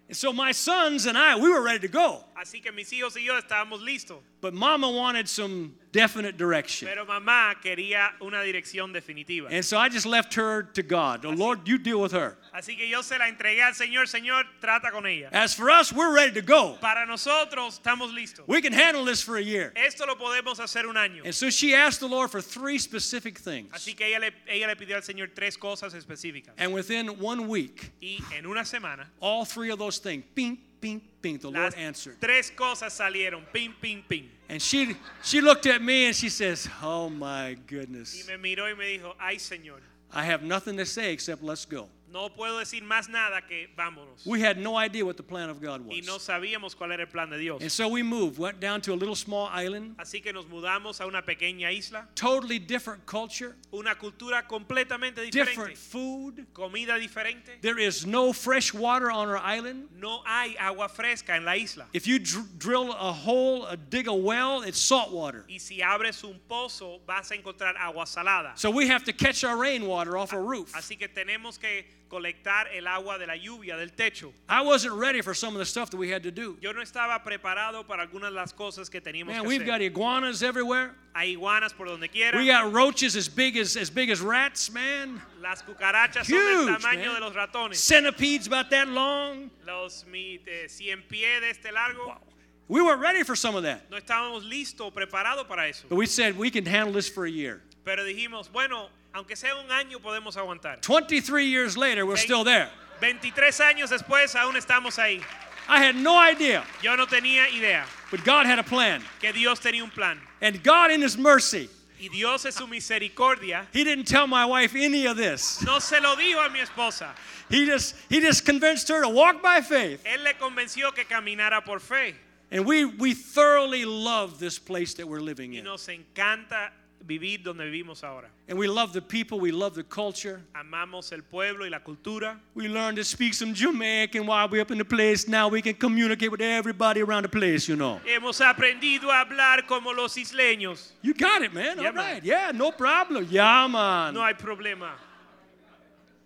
S2: And so my sons and I, we were ready to go.
S1: Así que mis hijos y yo estábamos listos,
S2: But mama wanted some definite direction.
S1: pero mamá quería una dirección definitiva.
S2: And so I just left her to God. Oh, Lord, you deal with her.
S1: Así que yo se la entregué al Señor, Señor, trata con ella.
S2: As for us, we're ready to go.
S1: Para nosotros estamos listos.
S2: We can handle this for a year.
S1: Esto lo podemos hacer un año.
S2: And so she asked the Lord for three specific things.
S1: Así que ella le, ella le pidió al Señor tres cosas específicas.
S2: And within one week,
S1: Y en una semana,
S2: all three of those things, ping, ping, ping, the Lord
S1: las
S2: answered.
S1: tres cosas salieron. Pim, pim, pim.
S2: And she she looked at me and she says, "Oh my
S1: Y
S2: goodness.
S1: me miró y me dijo, ay Señor,
S2: I have nothing to say except let's go."
S1: no puedo decir más nada que vámonos.
S2: We had no idea what the plan of God
S1: Y no
S2: was.
S1: sabíamos cuál era el plan de
S2: And
S1: Dios.
S2: so we moved, went down to a little small island,
S1: Así que nos mudamos a una pequeña isla,
S2: totally different culture,
S1: una cultura completamente
S2: different
S1: diferente,
S2: food.
S1: comida diferente.
S2: There is no fresh water on our island.
S1: No hay agua fresca en la isla.
S2: If you dr- drill a hole, uh, dig a well, it's salt water.
S1: Y si abres un pozo, vas a encontrar agua salada.
S2: So we have to catch our rainwater off a roof.
S1: Así que tenemos que colectar el agua de la lluvia del techo.
S2: I wasn't ready for some of the stuff that we had to do.
S1: Yo no estaba preparado para algunas de las cosas que teníamos
S2: Man,
S1: que
S2: we've
S1: hacer.
S2: got iguanas everywhere.
S1: Hay iguanas por donde quiera.
S2: We got roaches as big as as big as rats, man.
S1: Las cucarachas son
S2: Huge,
S1: del tamaño
S2: man.
S1: de los ratones.
S2: Centipedes about that long.
S1: Los mi, eh, 100 pies de este largo.
S2: Wow. We weren't ready for some of that.
S1: No estábamos listos o preparados para eso.
S2: But we said we can handle this for a year.
S1: Pero dijimos, bueno, aunque sea un año podemos aguantar.
S2: 23 years later, we're
S1: Thank-
S2: still there.
S1: 23 años después aún estamos ahí.
S2: I had no idea,
S1: Yo no tenía idea
S2: but God had a plan.
S1: que Dios tenía un plan.
S2: And God, in His mercy,
S1: Y Dios es su misericordia.
S2: He didn't tell my wife any of this.
S1: No se lo dijo a mi esposa.
S2: He just He just convinced her to walk by faith.
S1: Él le convenció que caminara por fe.
S2: And we we thoroughly love this place that we're living
S1: Y
S2: in.
S1: nos encanta vivir donde vivimos ahora.
S2: And we love the people, we love the culture.
S1: Amamos el pueblo y la cultura.
S2: We learned to speak some Jamaican while we're up in the place. Now we can communicate with everybody around the place, you know.
S1: Hemos aprendido a hablar como los isleños.
S2: You got it, man.
S1: Yeah,
S2: All
S1: man.
S2: right. Yeah, no problem. Yeah, man.
S1: No hay problema.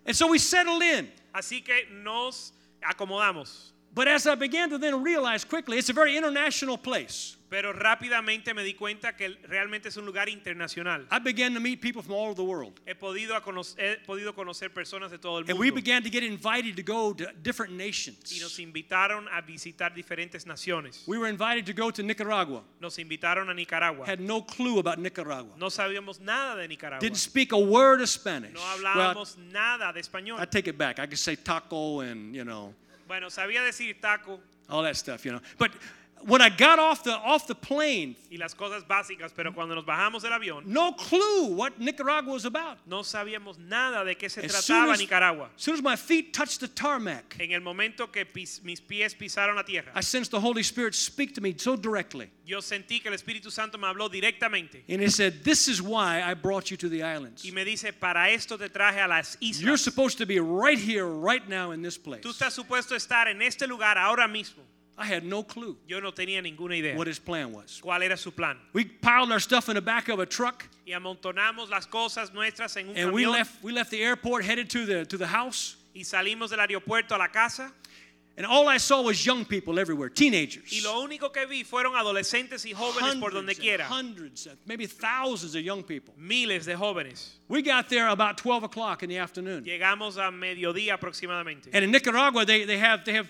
S2: And so we settled in.
S1: Así que nos acomodamos.
S2: But as I began to then realize quickly, it's a very international place.
S1: Pero rápidamente me di cuenta que realmente es un lugar internacional.
S2: I began to meet people from all over the world.
S1: He podido, a cono- he podido conocer personas de todo el
S2: And we
S1: mundo.
S2: began to get invited to go to different
S1: Y nos
S2: nations.
S1: invitaron a visitar diferentes naciones.
S2: We were invited to go to Nicaragua.
S1: Nos invitaron a Nicaragua.
S2: Had no clue about Nicaragua.
S1: No sabíamos nada de Nicaragua.
S2: Didn't speak a word of Spanish.
S1: No
S2: Well,
S1: hablábamos nada de español.
S2: I take it back. I could say taco and, you know,
S1: Bueno, sabía decir taco
S2: all that stuff, you know. But when I got off the off the plane,
S1: y las cosas básicas, pero cuando nos bajamos del avión,
S2: no clue what Nicaragua was about.
S1: no sabíamos nada de qué se
S2: As soon
S1: trataba
S2: as,
S1: Nicaragua.
S2: as soon as my feet touched the tarmac,
S1: En el momento que pis- mis pies pisaron la tierra,
S2: I sensed the Holy Spirit speak to me so directly.
S1: yo sentí que el Espíritu Santo me habló directamente
S2: And he said, This is why I brought you to the islands.
S1: y me dice, para esto te traje a las
S2: You're
S1: islas.
S2: supposed to be right here, right now, in this place.
S1: Tú estás supuesto estar en este lugar ahora mismo.
S2: I had no clue
S1: Yo no tenía ninguna idea
S2: what his plan was.
S1: cuál era su plan.
S2: We piled our stuff in the back of a truck
S1: Y amontonamos las cosas nuestras en un
S2: and we
S1: camión
S2: left, we left the airport, headed to the, to the house.
S1: y salimos del aeropuerto a la casa
S2: And all I saw was young people everywhere,
S1: y
S2: teenagers.
S1: lo único que vi fueron adolescentes y jóvenes por donde
S2: Hundreds, and
S1: quiera.
S2: hundreds, and maybe thousands of young people.
S1: Miles de jóvenes.
S2: We got there about 12 o'clock in the afternoon.
S1: Llegamos a mediodía aproximadamente.
S2: And in Nicaragua, they, they have they have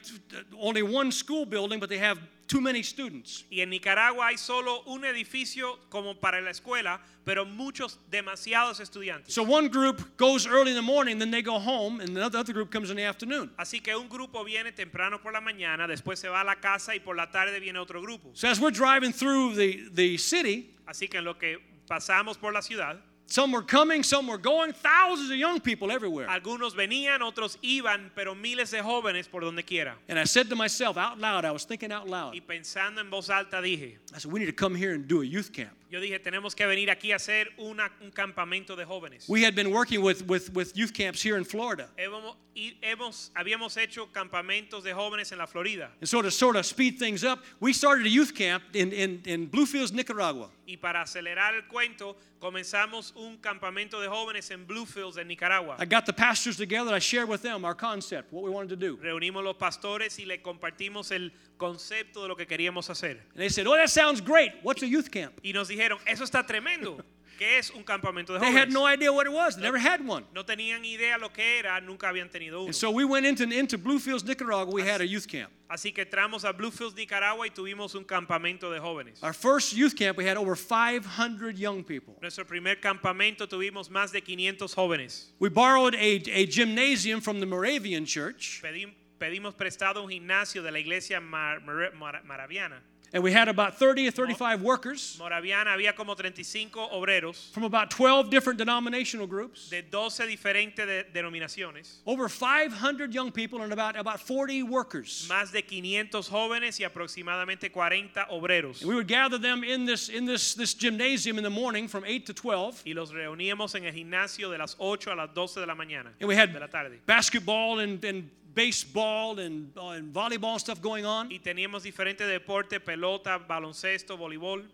S2: only one school building, but they have too many students.
S1: Y en Nicaragua hay solo un edificio como para la escuela, pero muchos, demasiados estudiantes.
S2: So one group goes early in the morning, then they go home, and another other group comes in the afternoon.
S1: Así que un grupo viene temprano por la mañana, después se va a la casa y por la tarde viene otro grupo.
S2: So as we're driving through the, the city,
S1: Así que en lo que pasamos por la ciudad,
S2: some were coming, some were going, thousands of young people everywhere.
S1: algunos venían, otros iban, pero miles de jóvenes por donde quiera.
S2: And I said to myself out loud, I was thinking out loud,
S1: Y pensando en voz alta dije,
S2: I said, we need to come here and do a youth camp.
S1: yo dije, tenemos que venir aquí a hacer una- un campamento de jóvenes.
S2: We had been working with, with, with youth camps here in Florida.
S1: Hemos, y hemos- habíamos hecho campamentos de jóvenes en la Florida.
S2: And so to sort of speed things up, we started a youth camp in, in, in Bluefields, Nicaragua.
S1: Y para acelerar el cuento, comenzamos un campamento de jóvenes en Bluefields, en Nicaragua.
S2: I got the pastors together. I shared with them our concept, what we wanted to do.
S1: Reunimos los pastores y le compartimos el concepto de lo que queríamos hacer.
S2: And they said, Oh, that sounds great. What's a youth camp?
S1: Y nos dijeron, eso
S2: [laughs]
S1: está tremendo. ¿Qué es un campamento de
S2: They had
S1: jóvenes?
S2: no idea what it was. They never had one.
S1: No tenían idea lo que era, nunca habían tenido uno.
S2: And so we went into, into Bluefields, Nicaragua. We had a youth camp.
S1: Así que entramos a Bluefields, Nicaragua y tuvimos un campamento de jóvenes.
S2: Our first youth camp, we had over 500 young people.
S1: Nuestro primer campamento tuvimos más de 500 jóvenes.
S2: We borrowed a, a gymnasium from the Moravian church,
S1: Pedi- pedimos prestado un gimnasio de la iglesia mar- mar- mar- maraviana.
S2: and we had about 30 or 35 workers
S1: Moraviana había como 35 obreros
S2: from about 12 different denominational groups.
S1: de 12 diferentes de- denominaciones,
S2: Over 500 young people and about, about 40 workers.
S1: más de 500 jóvenes y aproximadamente 40 obreros.
S2: And we would gather them in this in this this gymnasium in the morning from 8 to 12.
S1: Y los reuníamos en el gimnasio de las 8 a las 12 de la mañana,
S2: And we had
S1: de la tarde.
S2: basketball and, and baseball and, uh, and volleyball and stuff going on.
S1: Y teníamos diferentes deportes, pelota, baloncesto, voleibol.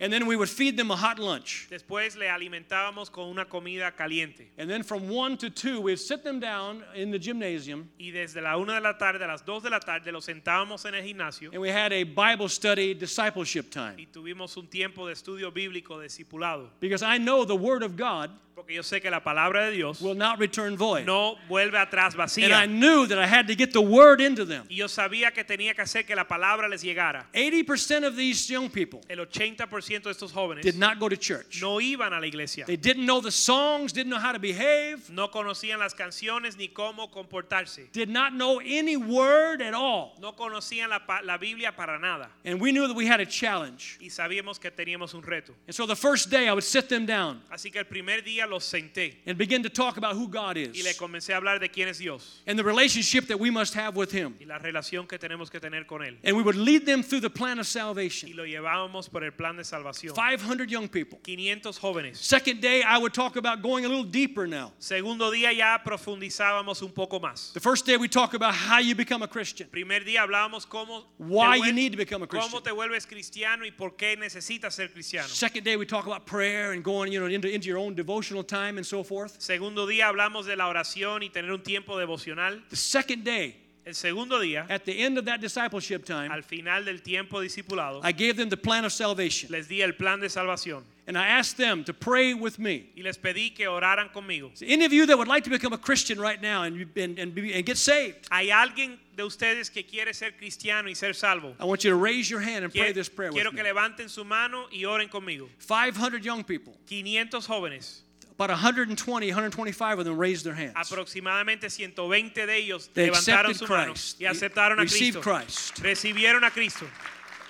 S2: And then we would feed them a hot lunch.
S1: Después le alimentábamos con una comida caliente.
S2: And then from 1 to 2, we'd sit them down in the gymnasium
S1: Y desde la 1 de la tarde a las 2 de la tarde los sentábamos en el gimnasio
S2: and we had a Bible study discipleship time.
S1: y tuvimos un tiempo de estudio bíblico, discipulado.
S2: Because I know the Word of God
S1: Porque yo sé que la palabra de Dios
S2: will not return void.
S1: no vuelve atrás
S2: And I
S1: vacía.
S2: knew that I had to get the Word into them.
S1: Y yo sabía que tenía que hacer que la palabra les llegara.
S2: 80% of these young people
S1: El 80% de estos jóvenes
S2: did not go to church.
S1: no iban a la iglesia.
S2: They didn't know the songs, didn't know how to behave.
S1: No conocían las canciones ni cómo comportarse.
S2: did not know any word at all.
S1: No conocían la, pa- la Biblia para nada.
S2: And we knew that we had a challenge.
S1: Y sabíamos que teníamos un reto.
S2: And so the first day I would sit them down
S1: Así que el primer día los senté
S2: and begin to talk about who God
S1: y le
S2: is
S1: comencé a hablar de quién es Dios
S2: and the relationship that we must have with Him.
S1: y la relación que tenemos que tener con Él.
S2: And we would lead them through the plan of
S1: Y
S2: salvation.
S1: lo llevábamos por el plan de salvación.
S2: 500 young people.
S1: 500 jóvenes.
S2: Second day, I would talk about going a little deeper now.
S1: Segundo día ya profundizábamos un poco más.
S2: The first day, we talk about how you become a Christian.
S1: Primer día hablábamos cómo, te
S2: Why you
S1: vuel-
S2: need to become a
S1: cómo
S2: Christian.
S1: te vuelves cristiano y por qué necesitas ser cristiano.
S2: Second day, we talk about prayer and going you know, into, into your own devotional time and so forth.
S1: Segundo día hablamos de la oración y tener un tiempo devocional.
S2: The second day,
S1: El segundo día,
S2: at the end of that discipleship time,
S1: al final del tiempo discipulado,
S2: I gave them the plan of salvation.
S1: les di el plan de salvación
S2: And I asked them to pray with me.
S1: y les pedí que oraran conmigo.
S2: So any of you that would like to become a Christian right now and, you- and, and, be- and get saved,
S1: ¿Hay alguien de ustedes que quiere ser cristiano y ser salvo?
S2: I want you to raise your hand and pray
S1: Quie-
S2: this prayer
S1: Quiero
S2: with
S1: que
S2: me.
S1: levanten su mano y oren conmigo.
S2: 500 young people,
S1: 500 jóvenes,
S2: about 120, 125 of them raised their hands.
S1: aproximadamente 120 de ellos
S2: They
S1: levantaron
S2: accepted
S1: su mano
S2: Christ.
S1: y aceptaron a
S2: Received
S1: Cristo.
S2: Christ.
S1: Recibieron a Cristo.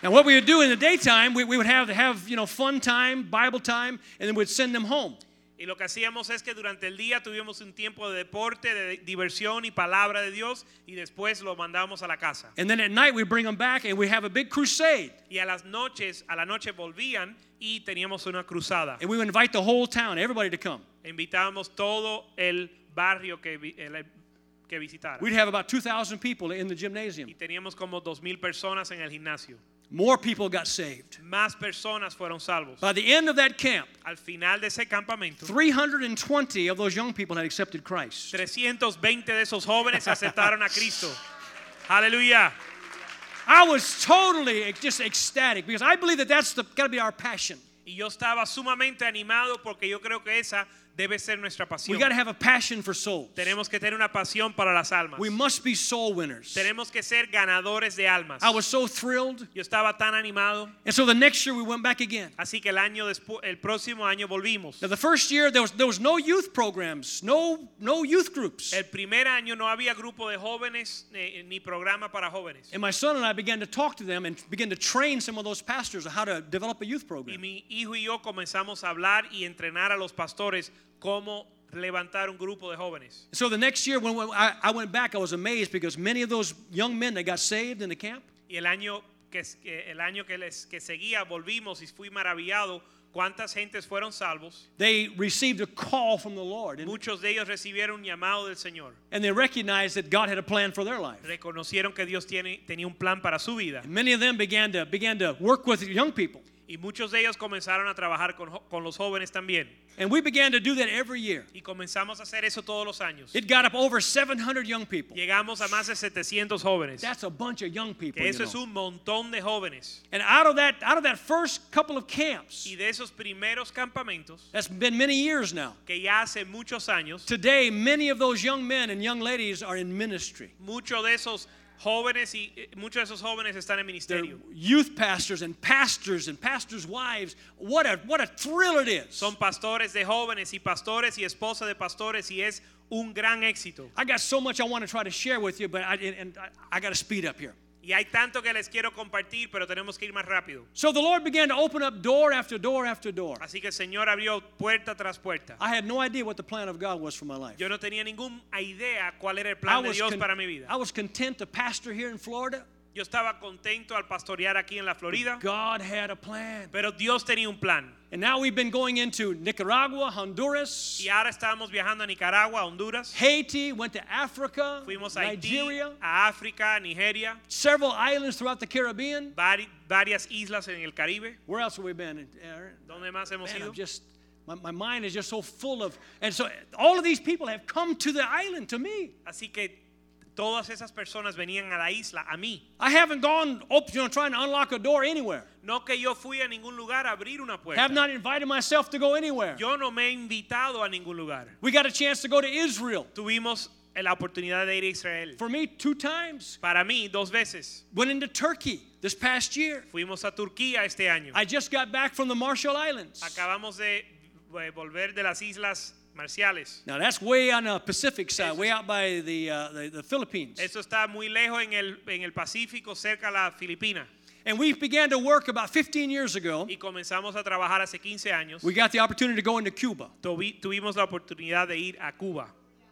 S2: And what we would do in the daytime, we, we would have, have you know, fun time, Bible time, and then we'd send them home.
S1: Y lo que hacíamos es que durante el día tuvimos un tiempo de deporte, de diversión y palabra de Dios y después lo mandábamos a la casa.
S2: And then at night, we bring them back and we have a big crusade.
S1: Y a las noches, a la noche volvían y teníamos una cruzada.
S2: And we would invite the whole town, everybody to come.
S1: Invitábamos todo el barrio que, vi- el- que visitara.
S2: We'd have about 2,000 people in the
S1: Y
S2: gymnasium.
S1: teníamos como 2.000 personas en el gimnasio.
S2: More people got saved.
S1: Más personas fueron salvos.
S2: By the end of that camp,
S1: Al final de ese campamento,
S2: 320 of those young people had accepted Christ.
S1: 320 de esos jóvenes aceptaron a Cristo. Aleluya.
S2: I was totally just ecstatic because I believe that that's got to be our passion.
S1: Y yo estaba sumamente animado porque yo creo que esa debe ser nuestra
S2: We
S1: pasión.
S2: got to have a passion for souls.
S1: Tenemos que tener una pasión para las almas.
S2: We must be soul winners.
S1: Tenemos que ser ganadores de almas.
S2: I was so thrilled.
S1: Yo estaba tan animado,
S2: And so the next year we went back again.
S1: así que el año después, el próximo año volvimos.
S2: Now the first year there was there was no youth programs, no no youth groups.
S1: El primer año no había grupo de jóvenes eh, ni programa para jóvenes.
S2: And my son and I began to talk to them and began to train some of those pastors on how to develop a youth
S1: Y
S2: program.
S1: mi hijo y yo comenzamos a hablar y entrenar a los pastores cómo levantar un grupo de jóvenes.
S2: So the next year when, when I, I went back, I was amazed because many of those young men that got saved in the camp,
S1: Y el año que, es- que- el año que, les, que seguía volvimos y fui maravillado cuántas gentes fueron salvos.
S2: they received a call from the Lord and,
S1: Muchos de ellos recibieron un llamado del Señor.
S2: and they recognized that God had a plan for their life.
S1: Reconocieron que Dios tiene, tenía un plan para su vida.
S2: And many of them began to began to work with young people.
S1: Y muchos de ellos comenzaron a trabajar con, jo- con los jóvenes también.
S2: And we began to do that every year.
S1: Y comenzamos a hacer eso todos los años.
S2: It got up over 700 young people.
S1: Llegamos a más de 700 jóvenes.
S2: That's a bunch of young people.
S1: Que
S2: you
S1: eso es
S2: know.
S1: un montón de jóvenes.
S2: And out of that, out of that first couple of camps,
S1: Y de esos primeros campamentos,
S2: that's been many years now.
S1: que ya hace muchos años,
S2: Today, many of those young men and young ladies are in ministry.
S1: muchos de esos jóvenes y eh, muchos de esos jóvenes están en
S2: They're
S1: ministerio.
S2: youth pastors and pastors and pastors' wives. What a what a thrill it is!
S1: Son pastores de jóvenes y pastores y esposa de pastores y es un gran éxito.
S2: I got so much I want to try to share with you, but I and, and I, I got to speed up here.
S1: Y hay tanto que les quiero compartir, pero tenemos que ir más rápido.
S2: So the Lord began to open up door after door after door.
S1: Así que el Señor abrió puerta tras puerta.
S2: I had no idea what the plan of God was for my life.
S1: Yo no tenía ninguna idea cuál era el
S2: I
S1: plan de
S2: was,
S1: Dios
S2: con-
S1: para mi vida.
S2: I was content to pastor here in Florida.
S1: Yo estaba contento al pastorear aquí en la Florida,
S2: God had a plan.
S1: pero Dios tenía un plan.
S2: And now we've been going into Nicaragua, Honduras,
S1: Y ahora estábamos viajando a Nicaragua, a Honduras.
S2: Haiti, went to Africa,
S1: Fuimos a Haití,
S2: Nigeria,
S1: a África, a Nigeria,
S2: several islands throughout the Caribbean.
S1: vari- varias islas en el Caribe.
S2: Where else have we been, Aaron?
S1: ¿Dónde más hemos
S2: Man,
S1: ido?
S2: I'm just, my, my mind is just so full of, and so all of these people have come to the island to me.
S1: Así que todas esas personas venían a la isla, a mí.
S2: I haven't gone, op- you know, trying to unlock a door anywhere.
S1: No que yo fui a ningún lugar a abrir una
S2: Have
S1: puerta.
S2: not invited myself to go anywhere.
S1: Yo no me he invitado a ningún lugar.
S2: We got a chance to go to Israel.
S1: Tuvimos la oportunidad de ir a Israel.
S2: For me, two times.
S1: Para mí, dos veces.
S2: Went into Turkey this past year.
S1: Fuimos a Turquía este año.
S2: I just got back from the Marshall Islands.
S1: Acabamos de eh, volver de las islas marciales.
S2: Now that's way on the Pacific side, way out by the uh, the, the Philippines.
S1: Eso está muy lejos en el, en el Pacífico, cerca a la Filipina.
S2: And we began to work about 15 years ago.
S1: Y comenzamos a trabajar hace 15 años.
S2: We got the opportunity to go into Cuba.
S1: Tuvi- tuvimos la oportunidad de ir a Cuba.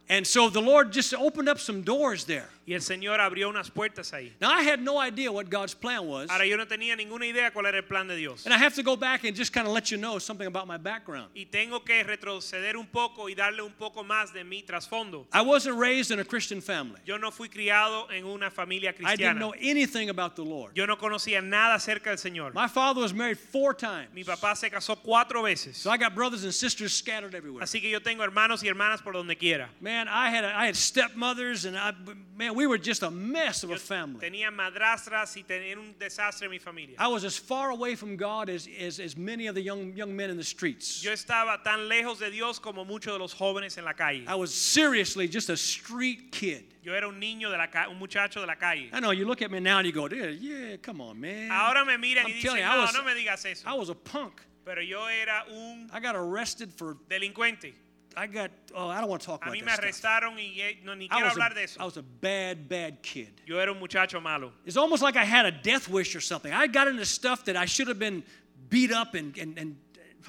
S2: And so the Lord just opened up some doors there.
S1: Y el Señor abrió unas puertas ahí.
S2: Now I had no idea what God's plan was.
S1: Ahora yo no tenía ninguna idea cuál era el plan de Dios.
S2: And I have to go back and just kind of let you know something about my background.
S1: Y tengo que retroceder un poco y darle un poco más de mi trasfondo.
S2: I wasn't raised in a Christian family.
S1: Yo no fui criado en una familia
S2: I didn't
S1: cristiana.
S2: know anything about the Lord.
S1: Yo no conocía nada acerca del Señor.
S2: My father was married four times.
S1: Mi papá se casó cuatro veces.
S2: So I got brothers and sisters scattered everywhere.
S1: Así que yo tengo hermanos y hermanas por donde quiera.
S2: Man, I had I had stepmothers and I man, we were just a mess of a
S1: Yo
S2: family.
S1: tenía madrastras y tenía un desastre en mi familia.
S2: I was as far away from God as, as, as many of the young young men in the streets.
S1: Yo estaba tan lejos de Dios como muchos de los jóvenes en la calle.
S2: I was seriously just a street kid.
S1: Yo era un niño de la ca- un muchacho de la calle.
S2: I know you look at me now and you go, yeah, yeah come on, man.
S1: Ahora me miran y
S2: I'm telling
S1: dicen,
S2: you, I
S1: no,
S2: was,
S1: no me digas
S2: I
S1: eso.
S2: was a punk.
S1: Pero yo era un
S2: I got arrested for
S1: delincuente.
S2: I got oh I don't want to talk
S1: A
S2: about
S1: mí
S2: that
S1: me
S2: stuff.
S1: arrestaron y eh, no, ni
S2: I
S1: quiero
S2: was
S1: hablar
S2: a,
S1: de
S2: I
S1: eso.
S2: was a bad bad kid.
S1: Yo era un muchacho malo.
S2: It's almost like I had a death wish or something. I got into stuff that I should have been beat up and, and, and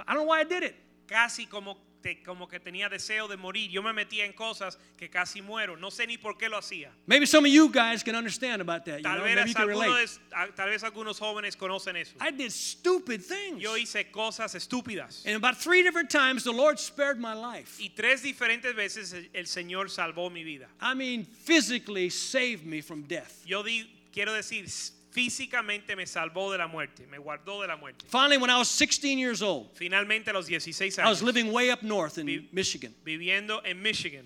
S2: I don't know why I did it.
S1: Casi como, te- como que tenía deseo de morir. Yo me metía en cosas que casi muero. No sé ni por qué lo hacía.
S2: Maybe some of you guys can understand about that. You
S1: Tal
S2: know? Maybe you
S1: vez,
S2: can
S1: alguno
S2: relate.
S1: es- a- tal vez algunos jóvenes conocen eso.
S2: I did stupid things.
S1: Yo hice cosas estúpidas.
S2: And about three different times, the Lord spared my life.
S1: Y tres diferentes veces el- el Señor salvó mi vida.
S2: I mean, physically saved me from death.
S1: Yo di- quiero decir, s- físicamente me salvó de la muerte, me guardó de la muerte.
S2: Finally, when I was 16 years old,
S1: Finalmente a los 16
S2: I was
S1: años,
S2: living way up north in
S1: Be-
S2: Michigan.
S1: viviendo en Michigan,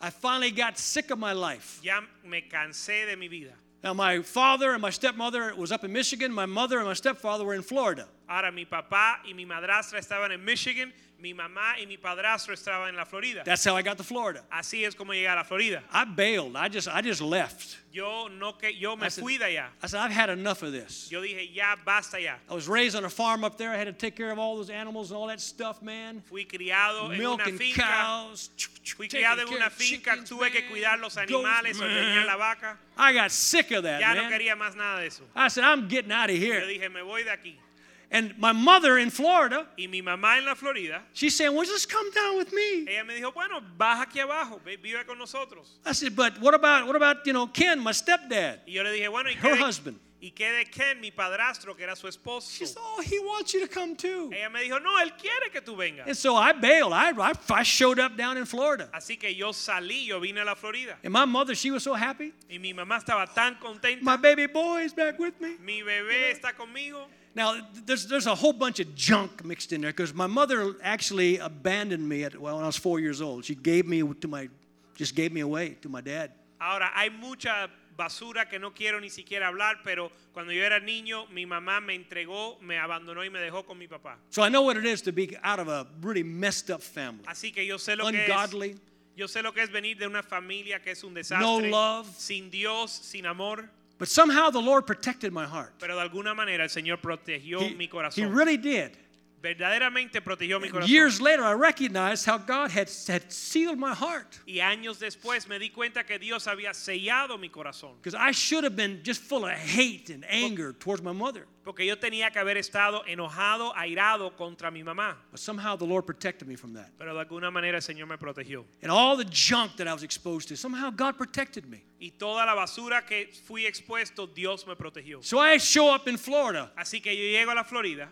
S2: I finally got sick of my life.
S1: ya me cansé de mi vida.
S2: Now, my father and my stepmother was up in Michigan. My mother and my stepfather were in Florida.
S1: Ahora mi papá y mi madrastra estaban en Michigan, mi mamá y mi padrastro estaban en la Florida.
S2: That's how I got to Florida.
S1: Así es como llegué a la Florida.
S2: I bailed. I just, I just left.
S1: Yo no que yo
S2: I
S1: me
S2: said-
S1: fui de allá.
S2: I said, I've had enough of this.
S1: Yo dije, ya basta ya.
S2: I was raised on a farm up there. I had to take care of all those animals and all that stuff, man.
S1: Fui criado en
S2: Milk
S1: una
S2: and
S1: finca.
S2: cows.
S1: Fui
S2: taking
S1: criado en
S2: care
S1: una
S2: of
S1: finca,
S2: chickens,
S1: tuve que
S2: man,
S1: cuidar los
S2: goats,
S1: animales, ordeñar
S2: man.
S1: la vaca.
S2: I got sick of that,
S1: Ya no
S2: man.
S1: quería más nada de eso.
S2: I said, I'm getting out of
S1: Yo
S2: here.
S1: dije, me voy de aquí.
S2: And my mother in Florida,
S1: Y mi mamá en la Florida,
S2: she's saying, Well, just come down with me.
S1: ella me dijo, bueno, baja aquí abajo, ve- vive con nosotros.
S2: I said, But what about what about, you know, Ken, my stepdad?
S1: Y yo le dije, bueno, ¿y qué,
S2: Her
S1: de,
S2: husband.
S1: ¿y qué de Ken, mi padrastro, que era su
S2: She said,
S1: esposo?
S2: Oh, he wants you to come too.
S1: Ella me dijo, no, él quiere que tú
S2: And
S1: vengas.
S2: so I bailed. I, I, I showed up down in Florida.
S1: Así que yo salí, yo vine a la Florida.
S2: And my mother, she was so happy.
S1: Y mi mamá estaba tan contenta.
S2: My baby boy is back with me.
S1: Mi bebé está conmigo.
S2: Now, th- there's, there's a whole bunch of junk mixed in there because my mother actually abandoned me at, well, when I was four years old. She gave me to my, just gave me away to my dad.
S1: Ahora, hay mucha basura que no quiero ni siquiera hablar, pero cuando yo era niño, mi mamá me entregó, me abandonó y me dejó con mi papá.
S2: So I know what it is to be out of a really messed up family.
S1: Así que yo sé lo que es.
S2: Ungodly,
S1: Yo sé lo que es venir de una familia que es un desastre,
S2: No love.
S1: sin Dios, sin amor,
S2: but somehow the Lord protected my heart.
S1: pero de alguna manera el Señor protegió
S2: He,
S1: mi
S2: he
S1: corazón.
S2: really did.
S1: Verdaderamente protegió mi corazón.
S2: Years later, I recognized how God had, had sealed my heart
S1: y años después me di cuenta que Dios había sellado mi corazón,
S2: because I should have been just full of hate and anger towards my mother.
S1: porque yo tenía que haber estado enojado, airado contra mi mamá,
S2: But somehow the Lord protected me from that.
S1: pero de alguna manera el Señor me protegió.
S2: And all the junk that I was exposed to, somehow God protected me.
S1: Y toda la basura que fui expuesto, Dios me protegió.
S2: So I show up in Florida.
S1: Así que yo llego a la Florida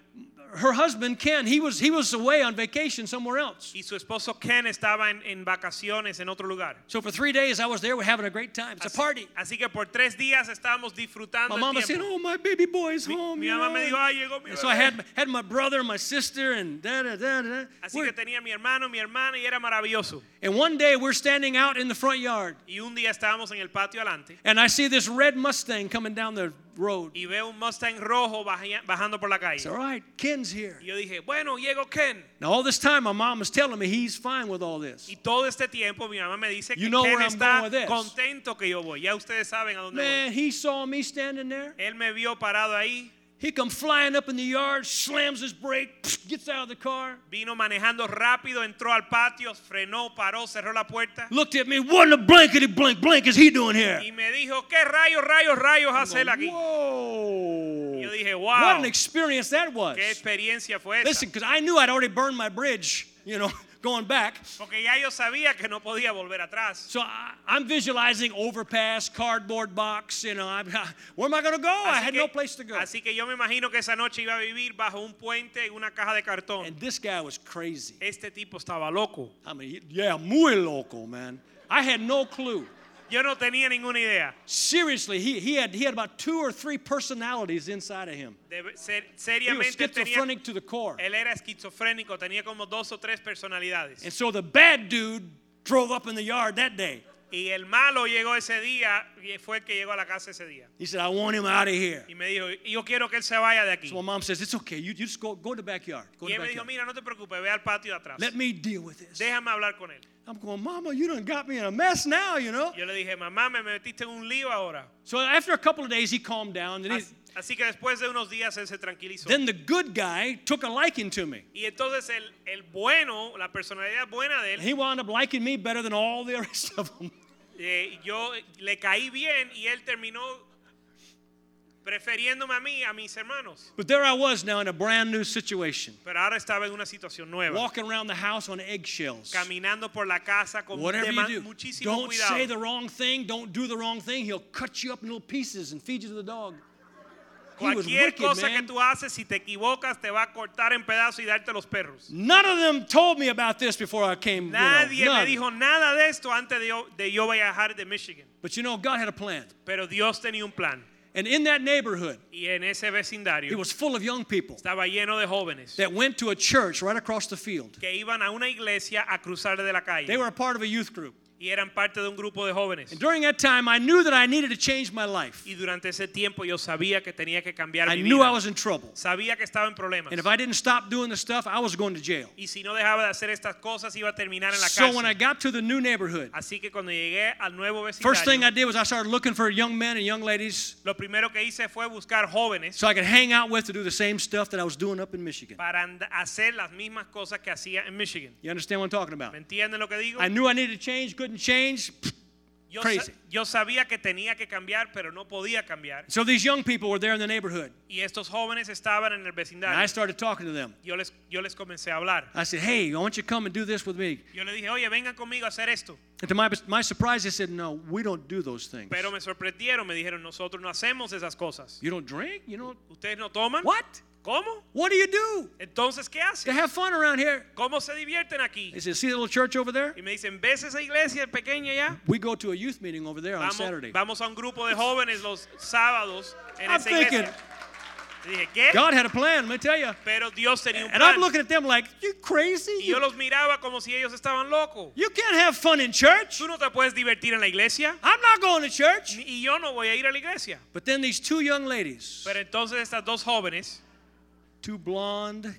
S2: Her husband Ken, he was he was away on vacation somewhere else.
S1: y su esposo Ken estaba en- en vacaciones en otro lugar.
S2: So for three days I was there. We're having a great time. It's a
S1: Así-
S2: party.
S1: Así que por tres días estábamos disfrutando
S2: My
S1: el
S2: mama said,
S1: tiempo.
S2: "Oh, my baby boy is
S1: Mi-
S2: home."
S1: mi
S2: you
S1: mamá
S2: know,
S1: me dijo, "Ah, llegó mi
S2: and so
S1: bebé."
S2: I had had my brother, and my sister, and da da da da.
S1: Así
S2: We're-
S1: que tenía mi hermano, mi hermana y era maravilloso.
S2: And one day we're standing out in the front yard,
S1: Y un día estábamos en el patio adelante
S2: and I see this red Mustang coming down the road.
S1: y veo un Mustang rojo baja- bajando por la
S2: It's
S1: calle.
S2: all right. Ken's here.
S1: Y yo dije, bueno, llegó Ken.
S2: Now all this time my mom was telling me he's fine with all this.
S1: Y todo este tiempo mi mamá me dice
S2: You
S1: que
S2: know
S1: Ken
S2: where I'm
S1: está
S2: going with this.
S1: contento que yo voy. Ya ustedes saben a dónde
S2: Man, he saw me standing there.
S1: voy. Él me vio parado ahí,
S2: He come flying up in the yard, slams his brake, gets out of the car,
S1: vino manejando rápido, entró al patio, frenó, paró, cerró la puerta
S2: looked at me, what in the blankety blank blank is he doing here?
S1: y me dijo, ¿qué rayos, rayos, rayos
S2: I'm
S1: hace él
S2: going,
S1: aquí?
S2: Whoa!
S1: Yo dije,
S2: What
S1: wow.
S2: an experience that was!
S1: ¿Qué experiencia fue esa?
S2: Listen, because I knew I'd already burned my bridge, you know, [laughs] going back.
S1: Porque ya yo sabía que no podía volver atrás.
S2: So I, I'm visualizing overpass, cardboard box. You know, I, [laughs] where am I going to go? I had
S1: Así
S2: no
S1: que,
S2: place to go.
S1: así que yo me imagino que esa noche iba a vivir bajo un puente y una caja de cartón.
S2: And this guy was crazy.
S1: Este tipo estaba loco.
S2: I mean, he- yeah, muy loco, man. I had no clue.
S1: Yo no tenía ninguna idea.
S2: Seriously, he, he, had, he had about two or three personalities inside of him.
S1: Debe- ser-
S2: He was
S1: seriamente tenía,
S2: schizophrenic to the core.
S1: él era esquizofrénico, tenía como dos o tres
S2: And
S1: personalidades.
S2: so the bad dude drove up in the yard that day.
S1: Y el malo llegó ese día y fue el que llegó a la casa ese día.
S2: He said, I want him out of here.
S1: Y me dijo, yo quiero que él se vaya de aquí.
S2: So my mom says, It's okay. You, you just go, go to the backyard. Go
S1: Y
S2: to
S1: él
S2: the
S1: me dijo,
S2: backyard.
S1: mira, no te preocupes, ve al patio de atrás.
S2: Let me deal with this.
S1: Déjame hablar con él.
S2: I'm going, Mama, you done got me in a mess now, you know?
S1: Yo le dije, mamá, me metiste en un lío ahora.
S2: So after a couple of days, he calmed down. And he,
S1: As- Así que después de unos días él se tranquilizó.
S2: then the good guy took a liking to me.
S1: Y entonces el, el bueno, la personalidad buena de
S2: And
S1: él,
S2: he wound up liking me better than all the [laughs] rest of them.
S1: eh, yo le caí bien y él terminó prefiriéndome a mí, a mis hermanos.
S2: But there I was now in a brand new situation,
S1: Pero ahora estaba en una situación nueva,
S2: walking around the house on eggshells.
S1: caminando por la casa con
S2: Whatever
S1: dema-
S2: you do,
S1: muchísimo
S2: don't
S1: cuidado.
S2: say the wrong thing, don't do the wrong thing. He'll cut you up in little pieces and feed you to the dog. He was
S1: Cualquier
S2: wicked,
S1: cosa que
S2: man.
S1: tú haces, si te equivocas, te va a cortar en pedazos y darte los perros.
S2: None of them told me about this before I came. you know,
S1: Nadie me
S2: none.
S1: dijo nada de esto antes de yo, de yo viajar de Michigan.
S2: But you know, God had a plan.
S1: Pero Dios tenía un plan.
S2: And in that neighborhood,
S1: Y en ese
S2: it
S1: vecindario
S2: was full of young people
S1: estaba lleno de jóvenes
S2: that went to a church right across the field.
S1: que iban a una iglesia a cruzar de la calle.
S2: They were a part of a youth group.
S1: y eran parte de un grupo de jóvenes.
S2: And during that time, I knew that I needed to change my life.
S1: Y durante ese tiempo yo sabía que tenía que cambiar
S2: I
S1: mi
S2: knew
S1: vida.
S2: I was in trouble.
S1: sabía que estaba en problemas.
S2: And if I didn't stop doing the stuff, I was going to jail.
S1: y si no dejaba de hacer estas cosas iba a terminar en la
S2: So when I
S1: cárcel.
S2: got to the new neighborhood,
S1: Así que cuando llegué al nuevo vecindario,
S2: first thing I did was I started looking for young men and young ladies
S1: lo primero que hice fue buscar jóvenes
S2: so I could hang out with to do the same stuff that I was doing up in Michigan.
S1: para and- hacer las mismas cosas que hacía en Michigan.
S2: You understand what I'm talking about?
S1: ¿Me entienden lo que digo?
S2: I knew I needed to change, couldn't change.
S1: Yo,
S2: crazy.
S1: yo sabía que tenía que cambiar, pero no podía cambiar.
S2: So these young people were there in the neighborhood.
S1: Y estos jóvenes estaban en el
S2: And I
S1: vecindario.
S2: started talking to them.
S1: Yo les, yo les comencé a hablar.
S2: I said, hey, I want you to come and do this with me.
S1: Yo le dije, oye, vengan conmigo a hacer esto.
S2: And to my, my surprise, they said, no, we don't do those things.
S1: Pero me sorprendieron, me dijeron, nosotros no hacemos esas cosas.
S2: You don't drink? You don't.
S1: ¿Ustedes no toman?
S2: What?
S1: ¿Cómo?
S2: What do you do?
S1: Entonces, ¿qué
S2: They
S1: hacen?
S2: have fun around here.
S1: ¿Cómo se divierten aquí?
S2: They said, see that little church over there?
S1: Y me dicen, ¿ves esa iglesia pequeña ya?
S2: We go to a youth meeting over there on
S1: Vamos,
S2: Saturday.
S1: vamos a un grupo de jóvenes los sábados en
S2: I'm
S1: esa iglesia.
S2: thinking,
S1: Y dije, ¿qué?
S2: God had a plan, let me tell you.
S1: Pero Dios tenía un
S2: And I'm
S1: plan.
S2: looking at them like, you crazy?
S1: Y yo
S2: You,
S1: los miraba como si ellos estaban locos.
S2: you can't have fun in church.
S1: Tú no te puedes divertir en la iglesia
S2: I'm not going to church.
S1: y yo no voy a ir a la iglesia.
S2: But then these two young ladies,
S1: Pero entonces estas dos jóvenes,
S2: two blonde,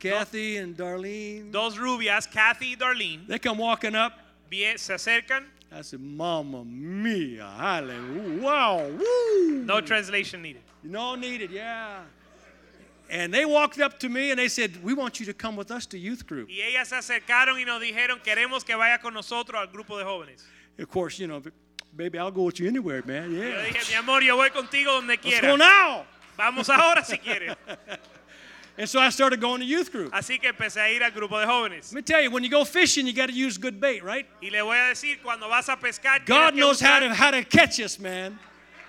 S2: Kathy and Darlene,
S1: dos rubias, Kathy y Darlene,
S2: they come walking up.
S1: vie- se acercan.
S2: I said, Mama mia, hallelujah, wow, woo.
S1: No translation needed.
S2: No needed, yeah. And they walked up to me and they said, We want you to come with us to youth group.
S1: Y ellas se acercaron y nos dijeron, queremos que vaya con nosotros al grupo de jóvenes.
S2: Of course, you know, baby, I'll go with you anywhere, man.
S1: Yo
S2: Yeah.
S1: dije, mi amor, yo voy contigo donde
S2: Let's go
S1: quieras.
S2: now.
S1: Vamos ahora si quieres.
S2: And so I started going to youth group. Let
S1: Así que empecé a ir al grupo de jóvenes.
S2: me tell you, when you go fishing, you got to use good bait, right?
S1: Y le voy a decir, cuando vas a pescar, tienes
S2: God
S1: que
S2: knows how
S1: usar,
S2: to how to catch us, man.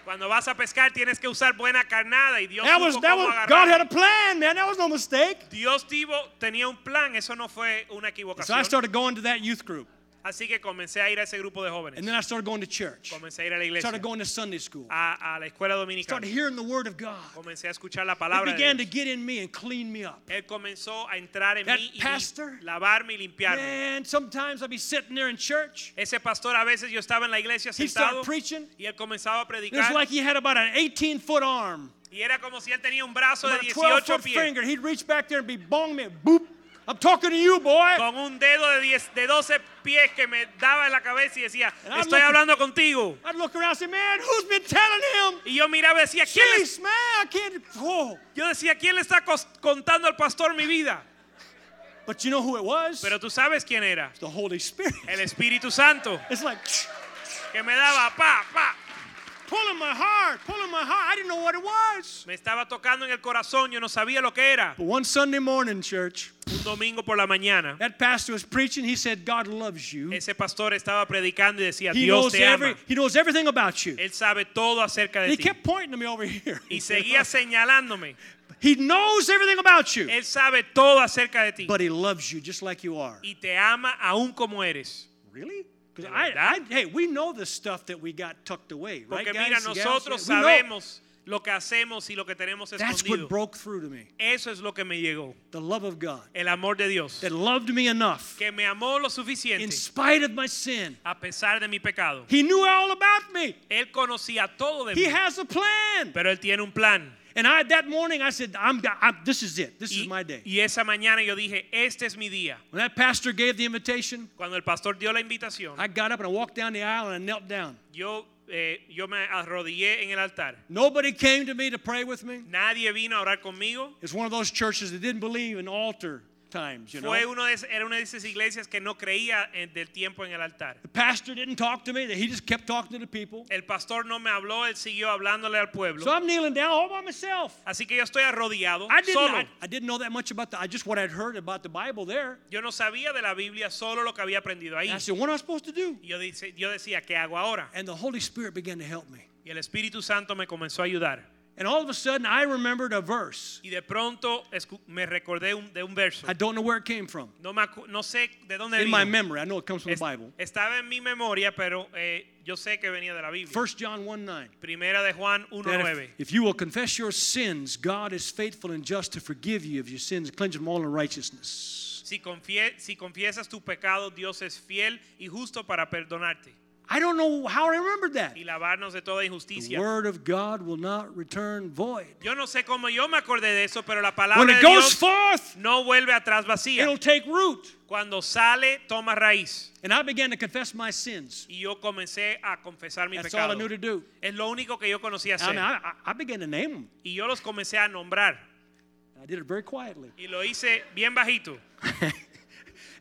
S1: cuando vas a pescar tienes que usar buena carnada y Dios
S2: That
S1: supo
S2: was that
S1: cómo
S2: was God
S1: agarrar.
S2: had a plan, man. That was no mistake.
S1: Dios tivo- tenía un plan, eso no fue
S2: So
S1: una
S2: I
S1: equivocación.
S2: started going to that youth group,
S1: Así que comencé a ir a ese grupo de jóvenes.
S2: and then I started going to church.
S1: Comencé a ir a la iglesia,
S2: Started going to Sunday school.
S1: a, a la escuela dominicana.
S2: Started hearing the word of God.
S1: Comencé a escuchar la
S2: It
S1: palabra. de
S2: began to
S1: Dios.
S2: get in me and clean me up.
S1: Él comenzó a entrar en
S2: That
S1: mí y
S2: pastor-
S1: lavarme y limpiarme.
S2: Man, sometimes I'd be sitting there in church.
S1: Ese pastor a veces yo estaba en la iglesia
S2: He started
S1: sentado
S2: preaching.
S1: y él comenzaba a
S2: It was
S1: predicar
S2: like he had about an 18 foot arm,
S1: y era como si él tenía un brazo de
S2: about a 12
S1: 18
S2: foot
S1: pies
S2: finger. He'd reach back there and be bong me, boop. I'm talking to you, boy.
S1: con un dedo de, 10 de 12 pies que me daba en la cabeza y decía,
S2: And I'm
S1: estoy
S2: looking-
S1: hablando contigo.
S2: I'd look around and say, man, who's been telling him?
S1: Y yo miraba y decía, ¿quién le
S2: Jeez, man, I can't. Oh.
S1: Yo decía, ¿quién le está cos- contando al pastor mi vida?
S2: But you know who it was?
S1: Pero tú sabes quién era.
S2: the [laughs] Holy Spirit.
S1: El Espíritu Santo,
S2: It's like,
S1: que me daba pa, pa.
S2: [sniffs] pulling my heart, pulling my heart. I didn't know what it was.
S1: Me estaba tocando en el corazón, yo no sabía lo que era.
S2: But one Sunday morning, church,
S1: Un domingo por la mañana,
S2: that pastor was preaching. He said, God loves you.
S1: ese pastor estaba predicando y
S2: Mm.
S1: decía,
S2: He
S1: Dios
S2: knows,
S1: te
S2: every,
S1: ama.
S2: he knows everything about you.
S1: Él sabe todo acerca
S2: And he
S1: de ti.
S2: kept pointing to me over [laughs] here.
S1: Y seguía
S2: [laughs]
S1: señalándome.
S2: He knows everything about you.
S1: Él sabe todo acerca de ti.
S2: But he loves you just like you are.
S1: Y te ama aún como eres.
S2: Really? Because
S1: ¿De
S2: I, I,
S1: verdad?
S2: hey, we know the stuff that we got tucked away, right,
S1: Porque
S2: guys
S1: mira,
S2: and gals?
S1: nosotros
S2: We know.
S1: sabemos lo que hacemos y lo que tenemos
S2: That's what
S1: escondido.
S2: broke through to me.
S1: Eso es lo que me llegó.
S2: The love of God
S1: El amor de Dios.
S2: that loved me enough
S1: Que me amó lo
S2: in
S1: suficiente
S2: spite of my sin.
S1: a pesar de mi pecado.
S2: He knew all about me.
S1: Él conocía todo de mí.
S2: He has a plan.
S1: Pero Él tiene un plan.
S2: And I that morning I said, I'm, I'm this is it. This is
S1: Y,
S2: my day.
S1: y esa mañana yo dije, este es mi día.
S2: When that pastor gave the invitation,
S1: Cuando el pastor dio la invitación,
S2: I got up and I walked down the aisle and I knelt down.
S1: yo, eh, yo me arrodillé en el altar.
S2: Nobody came to me to pray with me.
S1: Nadie vino a orar conmigo.
S2: It's one of those churches that didn't believe in altar times, you know.
S1: Fue uno de, es- era una de esas iglesias que no creía en- del tiempo en el altar.
S2: The pastor didn't talk to me. He just kept talking to the people.
S1: El pastor no me habló, él siguió hablándole al pueblo.
S2: So I'm kneeling down all by myself.
S1: Así que yo estoy arrodillado,
S2: I didn't,
S1: solo.
S2: I, I didn't know that much about the, I just what I'd heard about the Bible there.
S1: yo no sabía de la Biblia, solo lo que había aprendido ahí.
S2: And I said, what am I supposed to do?
S1: Y yo, dice- yo decía, ¿qué hago ahora?
S2: And the Holy Spirit began to help me.
S1: Y el Espíritu Santo me comenzó a ayudar.
S2: And all of a sudden, I remembered a verse.
S1: Y de pronto escu- me recordé un- de un verso.
S2: I don't know where it came from.
S1: No, me acu- no sé de dónde
S2: In
S1: vino.
S2: my memory, I know it comes from the
S1: Es-
S2: Bible.
S1: Estaba en mi memoria, pero eh, yo sé que venía de la Biblia.
S2: First John 1 9.
S1: Primera de Juan
S2: That
S1: 1.9.
S2: if, if you will confess your sins, God is faithful and just to forgive you of your sins and cleanse you from all unrighteousness.
S1: Si, confie- si confiesas tu pecado, Dios es fiel y justo para perdonarte
S2: I don't know how I remembered that.
S1: y lavarnos de toda
S2: The
S1: injusticia.
S2: word of God will not return void.
S1: Yo no sé cómo yo me acordé de eso, pero la palabra
S2: When
S1: de
S2: it goes
S1: Dios
S2: forth,
S1: no vuelve atrás vacía.
S2: it'll take root.
S1: Cuando sale, toma raíz.
S2: And I began to confess my sins.
S1: Y yo comencé a confesar mi
S2: That's all I
S1: pecado.
S2: knew to do.
S1: Es lo único que yo conocía
S2: I
S1: hacer.
S2: mean, I, I, I began to name them.
S1: y yo los comencé a nombrar.
S2: I did it very quietly.
S1: Y lo hice bien bajito.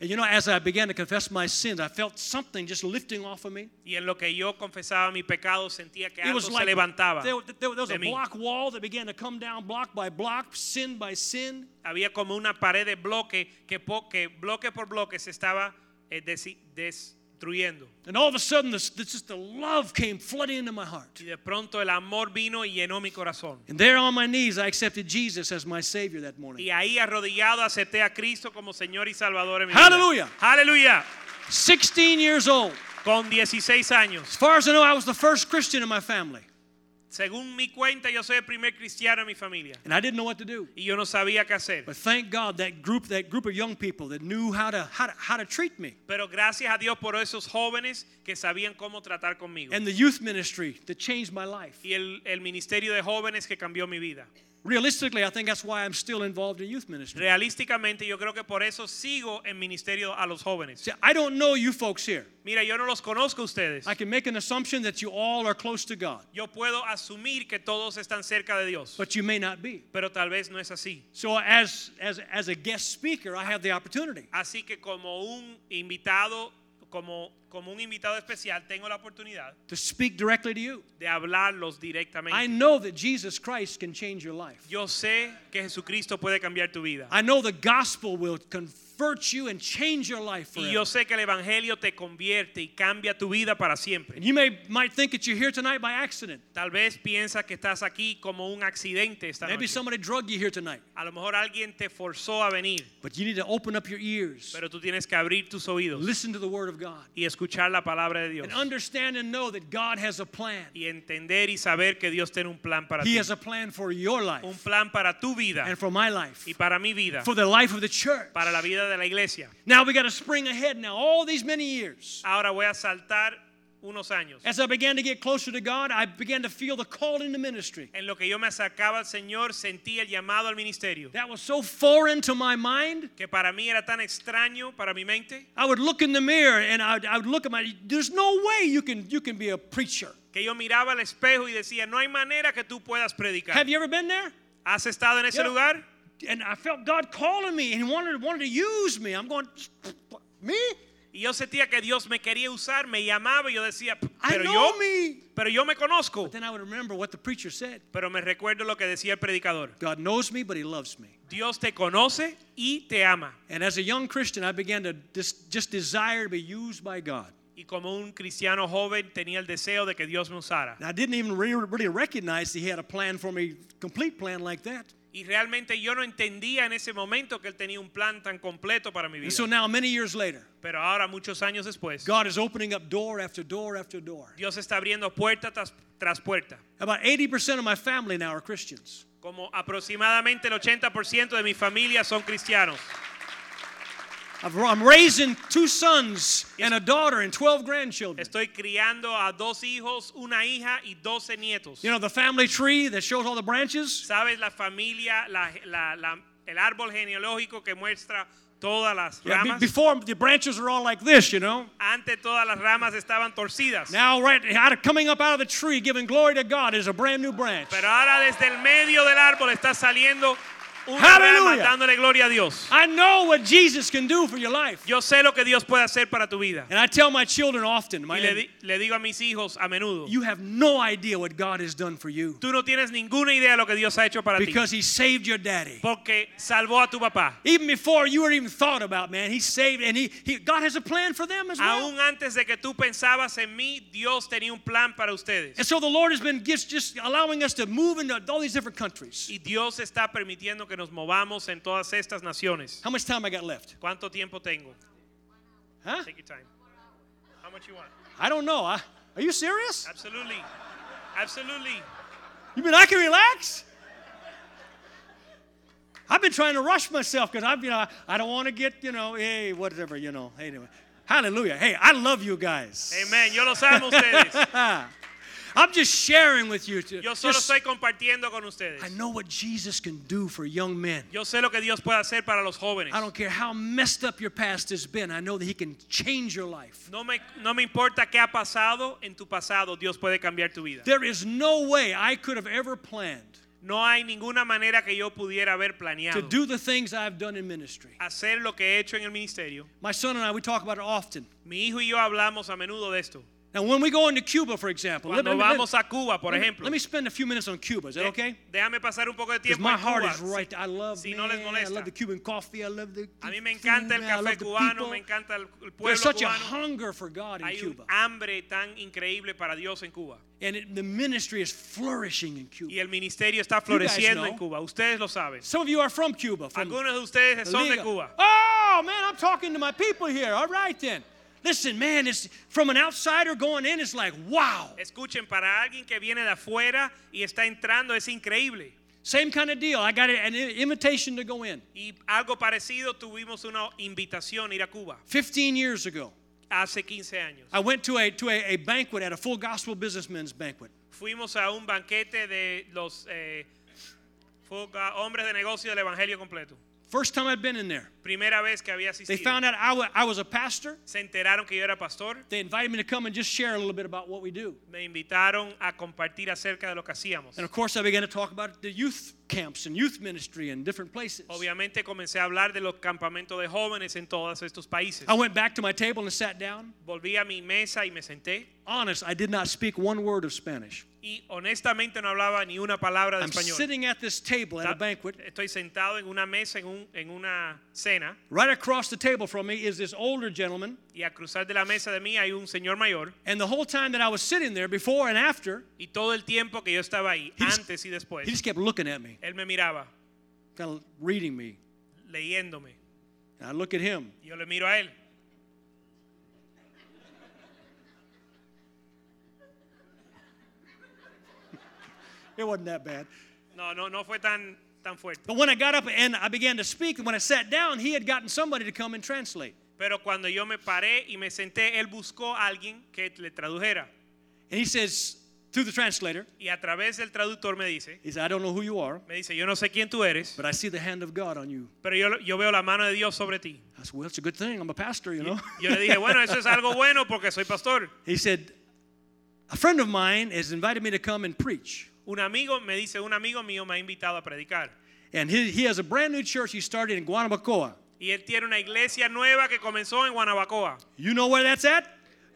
S2: And you know, as I began to confess my sins, I felt something just lifting off of me.
S1: Y en lo que yo confesaba mi pecado, sentía que
S2: It
S1: algo
S2: was like
S1: se levantaba.
S2: There, there- there was
S1: de
S2: a
S1: mí.
S2: block wall that began to come down block by block, sin by sin.
S1: Había como una pared de bloque que, po- que bloque por bloque se estaba eh, desi- destruyendo.
S2: And all of a sudden, this, this just the love came flooding into my heart.
S1: Y de pronto el amor vino y llenó mi corazón.
S2: And there on my knees, I accepted Jesus as my Savior that morning.
S1: Y ahí arrodillado acepté a Cristo como Señor y Salvador en mi
S2: Hallelujah.
S1: vida. Aleluya.
S2: 16 years old.
S1: Con 16
S2: As
S1: años.
S2: far as I know, I was the first Christian in my family.
S1: Según mi cuenta, yo soy el primer cristiano en mi familia.
S2: And I didn't know what to do.
S1: Y yo no sabía qué hacer.
S2: But thank God that group, that group of young people that knew how to, how to, how to treat me.
S1: Pero gracias a Dios por esos jóvenes que sabían cómo tratar conmigo.
S2: And the youth ministry that changed my life.
S1: y el, el ministerio de jóvenes que cambió mi vida.
S2: Realistically, I think that's why I'm still involved in youth ministry.
S1: Realísticamente, yo creo que por eso sigo en ministerio a los jóvenes.
S2: See, I don't know you folks here.
S1: Mira, yo no los conozco a ustedes.
S2: I can make an assumption that you all are close to God,
S1: Yo puedo asumir que todos están cerca de Dios,
S2: but you may not be.
S1: pero tal vez no es así.
S2: So, as, as, as a guest speaker, I have the opportunity.
S1: Así que como un invitado, como, como un invitado especial, tengo la oportunidad
S2: to speak directly to you.
S1: de hablarlos
S2: I
S1: directamente.
S2: know that Jesus Christ can change your life.
S1: Yo sé que Jesucristo puede cambiar tu vida.
S2: I know the gospel will convert you and change your life
S1: Y yo
S2: forever.
S1: sé que el Evangelio te convierte y cambia tu vida para siempre.
S2: And you may might think that you're here tonight by accident.
S1: Tal vez piensas que estás aquí como un accidente esta
S2: Maybe
S1: noche.
S2: somebody drug you here tonight.
S1: A lo mejor alguien te forzó a venir,
S2: But you need to open up your ears,
S1: pero tú tienes que abrir tus oídos
S2: listen to the word of God,
S1: y escuchar la palabra de Dios
S2: and understand and know that God has a plan.
S1: y entender y saber que Dios tiene un plan para
S2: He
S1: ti,
S2: has a plan for your
S1: un
S2: life
S1: plan para tu vida
S2: and for my life,
S1: y para mi vida,
S2: for the life of the church.
S1: para la vida de la iglesia.
S2: Now we got to spring ahead now, all these many years.
S1: Ahora voy a saltar unos años.
S2: As I began to get closer to God, I began to feel the call into ministry.
S1: En lo que yo me acercaba al Señor, sentí el llamado al ministerio,
S2: That was so foreign to my mind.
S1: que para mí era tan extraño para mi mente,
S2: I would look in the mirror and I would, I would look at my. There's no way you can you can be a preacher.
S1: que yo miraba al espejo y decía, no hay manera que tú puedas predicar.
S2: Have you ever been there?
S1: ¿Has estado en ese
S2: Yeah.
S1: lugar?
S2: And I felt God calling me and He wanted wanted to use me. I'm going, me?
S1: Y yo sentía que Dios me quería usar, me llamaba y yo decía,
S2: I
S1: pero
S2: know
S1: yo,
S2: me.
S1: pero yo me conozco.
S2: But then I would remember what the preacher said
S1: Pero me recuerdo lo que decía el predicador.
S2: God knows me, but He loves me.
S1: Dios te conoce y te ama.
S2: And as a young Christian, I began to just, just desire to be used by God.
S1: Y como un cristiano joven tenía el deseo de que Dios me usara.
S2: And I didn't even re- really recognize that He had a plan for me, complete plan like that.
S1: Y realmente yo no entendía en ese momento que Él tenía un plan tan completo para mi
S2: And so
S1: vida.
S2: now, many years later,
S1: Pero ahora, muchos años después,
S2: God is opening up door after door after door.
S1: Dios está abriendo puerta tras, tras puerta.
S2: About 80% of my family now are Christians.
S1: Como aproximadamente el 80% de mi familia son cristianos.
S2: I've- I'm raising two sons and a daughter and 12 grandchildren.
S1: Estoy criando a dos hijos, una hija y 12 nietos.
S2: You know, the family tree that shows all the branches?
S1: ¿Sabes la familia, la- la- la- el árbol genealógico que muestra todas las
S2: Yeah, be-
S1: ramas?
S2: before, the branches are all like this, you know?
S1: Antes todas las ramas estaban torcidas.
S2: Now, right out of, coming up out of the tree, giving glory to God, is a brand new branch.
S1: Pero ahora desde el medio del árbol está saliendo una rama
S2: Hallelujah.
S1: dándole gloria a Dios.
S2: I know what Jesus can do for your life.
S1: Yo sé lo que Dios puede hacer para tu vida.
S2: And I tell my children often,
S1: Y
S2: my,
S1: le, di- le digo a mis hijos a menudo,
S2: you have no idea what God has done for you
S1: tú no tienes ninguna idea de lo que Dios ha hecho para ti.
S2: because He saved your daddy.
S1: Porque salvó a tu papá.
S2: Even before you were even thought about, man, He saved, and He, he God has a plan for them as well.
S1: Aún antes de que tú pensabas en mí, Dios tenía un plan para ustedes.
S2: And so the Lord has been just, just allowing us to move into all these different countries.
S1: Y Dios está permitiendo que nos movamos en todas estas naciones.
S2: How much time I got left?
S1: ¿Cuánto tiempo tengo?
S2: Huh?
S1: Take your time. How much you want?
S2: I don't know. I, are you serious?
S1: Absolutely. Absolutely.
S2: You mean I can relax? I've been trying to rush myself because I've, you know, I don't want to get, you know, hey, whatever, you know. Anyway, hallelujah. Hey, I love you guys.
S1: Amen. Yo los amo a ustedes.
S2: I'm just sharing with you. To,
S1: Yo solo
S2: just-
S1: estoy compartiendo con ustedes.
S2: I know what Jesus can do for young men.
S1: Yo sé lo que Dios puede hacer para los jóvenes.
S2: I don't care how messed up your past has been. I know that He can change your life.
S1: No me, no me importa qué ha pasado en tu pasado, Dios puede cambiar tu vida.
S2: There is no way I could have ever planned
S1: No hay ninguna manera que yo pudiera haber
S2: to
S1: planeado
S2: do the things I've done in ministry.
S1: hacer lo que he hecho en el ministerio.
S2: My son and I, we talk about it often.
S1: Mi hijo y yo hablamos a menudo de esto.
S2: Now, when we go into Cuba, for example,
S1: Cuando vamos a Cuba, por
S2: let me-
S1: ejemplo.
S2: let me spend a few minutes on Cuba. Is that
S1: De-
S2: okay?
S1: Eh, Déjame pasar un poco de
S2: Because
S1: tiempo
S2: my
S1: en
S2: heart
S1: Cuba.
S2: is right. I love,
S1: si no
S2: man,
S1: les
S2: I love
S1: molesta.
S2: the Cuban coffee. I love the.
S1: A mí me
S2: food,
S1: encanta el
S2: man, I love
S1: café
S2: the
S1: cubano,
S2: people.
S1: me encanta el, el pueblo
S2: There's such a
S1: cubano.
S2: hunger for God in
S1: Hay un
S2: Cuba,
S1: hambre tan increíble para Dios en Cuba.
S2: and it, the ministry is flourishing in Cuba.
S1: Y el ministerio
S2: guys
S1: está floreciendo
S2: know.
S1: en Cuba. Ustedes lo saben.
S2: Some of you are from Cuba. From
S1: Algunos de ustedes son de
S2: Liga.
S1: Cuba.
S2: Oh man, I'm talking to my people here. All right then. Listen, man, it's from an outsider going in. It's like wow.
S1: Escuchen, para alguien que viene de afuera y está entrando es increíble.
S2: Same kind of deal. I got an i- invitation to go in
S1: Y algo parecido tuvimos una invitación a ir a Cuba
S2: 15 years ago.
S1: hace 15 años.
S2: I went to a to a, a banquet at a full gospel businessmen's banquet.
S1: Fuimos a un banquete de los eh, foca- hombres de negocio del Evangelio completo.
S2: First time I'd been in there.
S1: Primera vez que había
S2: They
S1: asistido.
S2: found out I wa- I was a pastor.
S1: Se enteraron que yo era pastor.
S2: They invited me to come and just share a little bit about what we do.
S1: Me invitaron a compartir acerca de lo que hacíamos.
S2: And of course, I began to talk about the youth camps and youth ministry in different places.
S1: Obviamente comencé a hablar de los campamentos de jóvenes en todos estos países.
S2: I went back to my table and sat down.
S1: Volví a mi mesa y me senté.
S2: honest, I did not speak one word of Spanish.
S1: Y honestamente no hablaba ni una palabra de
S2: I'm
S1: español.
S2: sitting at this table at a
S1: Ta-
S2: banquet.
S1: Estoy sentado en una mesa, en, un- en una cena,
S2: Right across the table from me is this older gentleman.
S1: y a cruzar de la mesa de mí hay un señor mayor.
S2: And the whole time that I was sitting there, before and after,
S1: Y todo el tiempo que yo estaba ahí,
S2: He just-
S1: antes y
S2: he
S1: después,
S2: just kept looking at me,
S1: él me miraba,
S2: kind of reading me.
S1: leyéndome.
S2: And I look at him.
S1: Y yo le miro a él.
S2: It wasn't that bad.
S1: No, no, no fue tan, tan fuerte.
S2: But when I got up and I began to speak, and when I sat down, he had gotten somebody to come and translate.
S1: Pero cuando yo me paré y me senté, él buscó a alguien que le tradujera.
S2: And he says, through the translator,
S1: Y a través del traductor me dice,
S2: he said, I don't know who you are,
S1: me dice, yo no sé quién tú eres,
S2: but I see the hand of God on you.
S1: pero yo, yo veo la mano de Dios sobre ti.
S2: I said, Well, it's a good thing. I'm a pastor, you know.
S1: Yo le dije, bueno, eso es algo bueno porque soy pastor.
S2: [laughs] He said, A friend of mine has invited me to come and preach.
S1: Un amigo me dice, un amigo mío me ha invitado a predicar.
S2: And he, he has a brand new church he started in Guanabacoa.
S1: Y él tiene una iglesia nueva que comenzó en Guanabacoa.
S2: You know where that's at?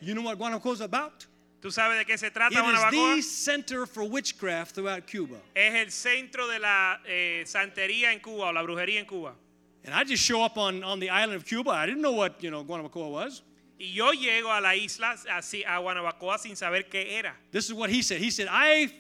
S2: You know what Guanabacoa is about?
S1: ¿Tú sabes de qué se
S2: It
S1: trata
S2: is
S1: Guanabacoa?
S2: the center for witchcraft throughout Cuba.
S1: Es el centro de la eh, santería en Cuba o la brujería en Cuba.
S2: And I just show up on, on the island of Cuba. I didn't know what, you know, Guanabacoa was.
S1: Y yo llego a la isla, así, a Guanabacoa, sin saber qué era.
S2: This is what he said. He said, I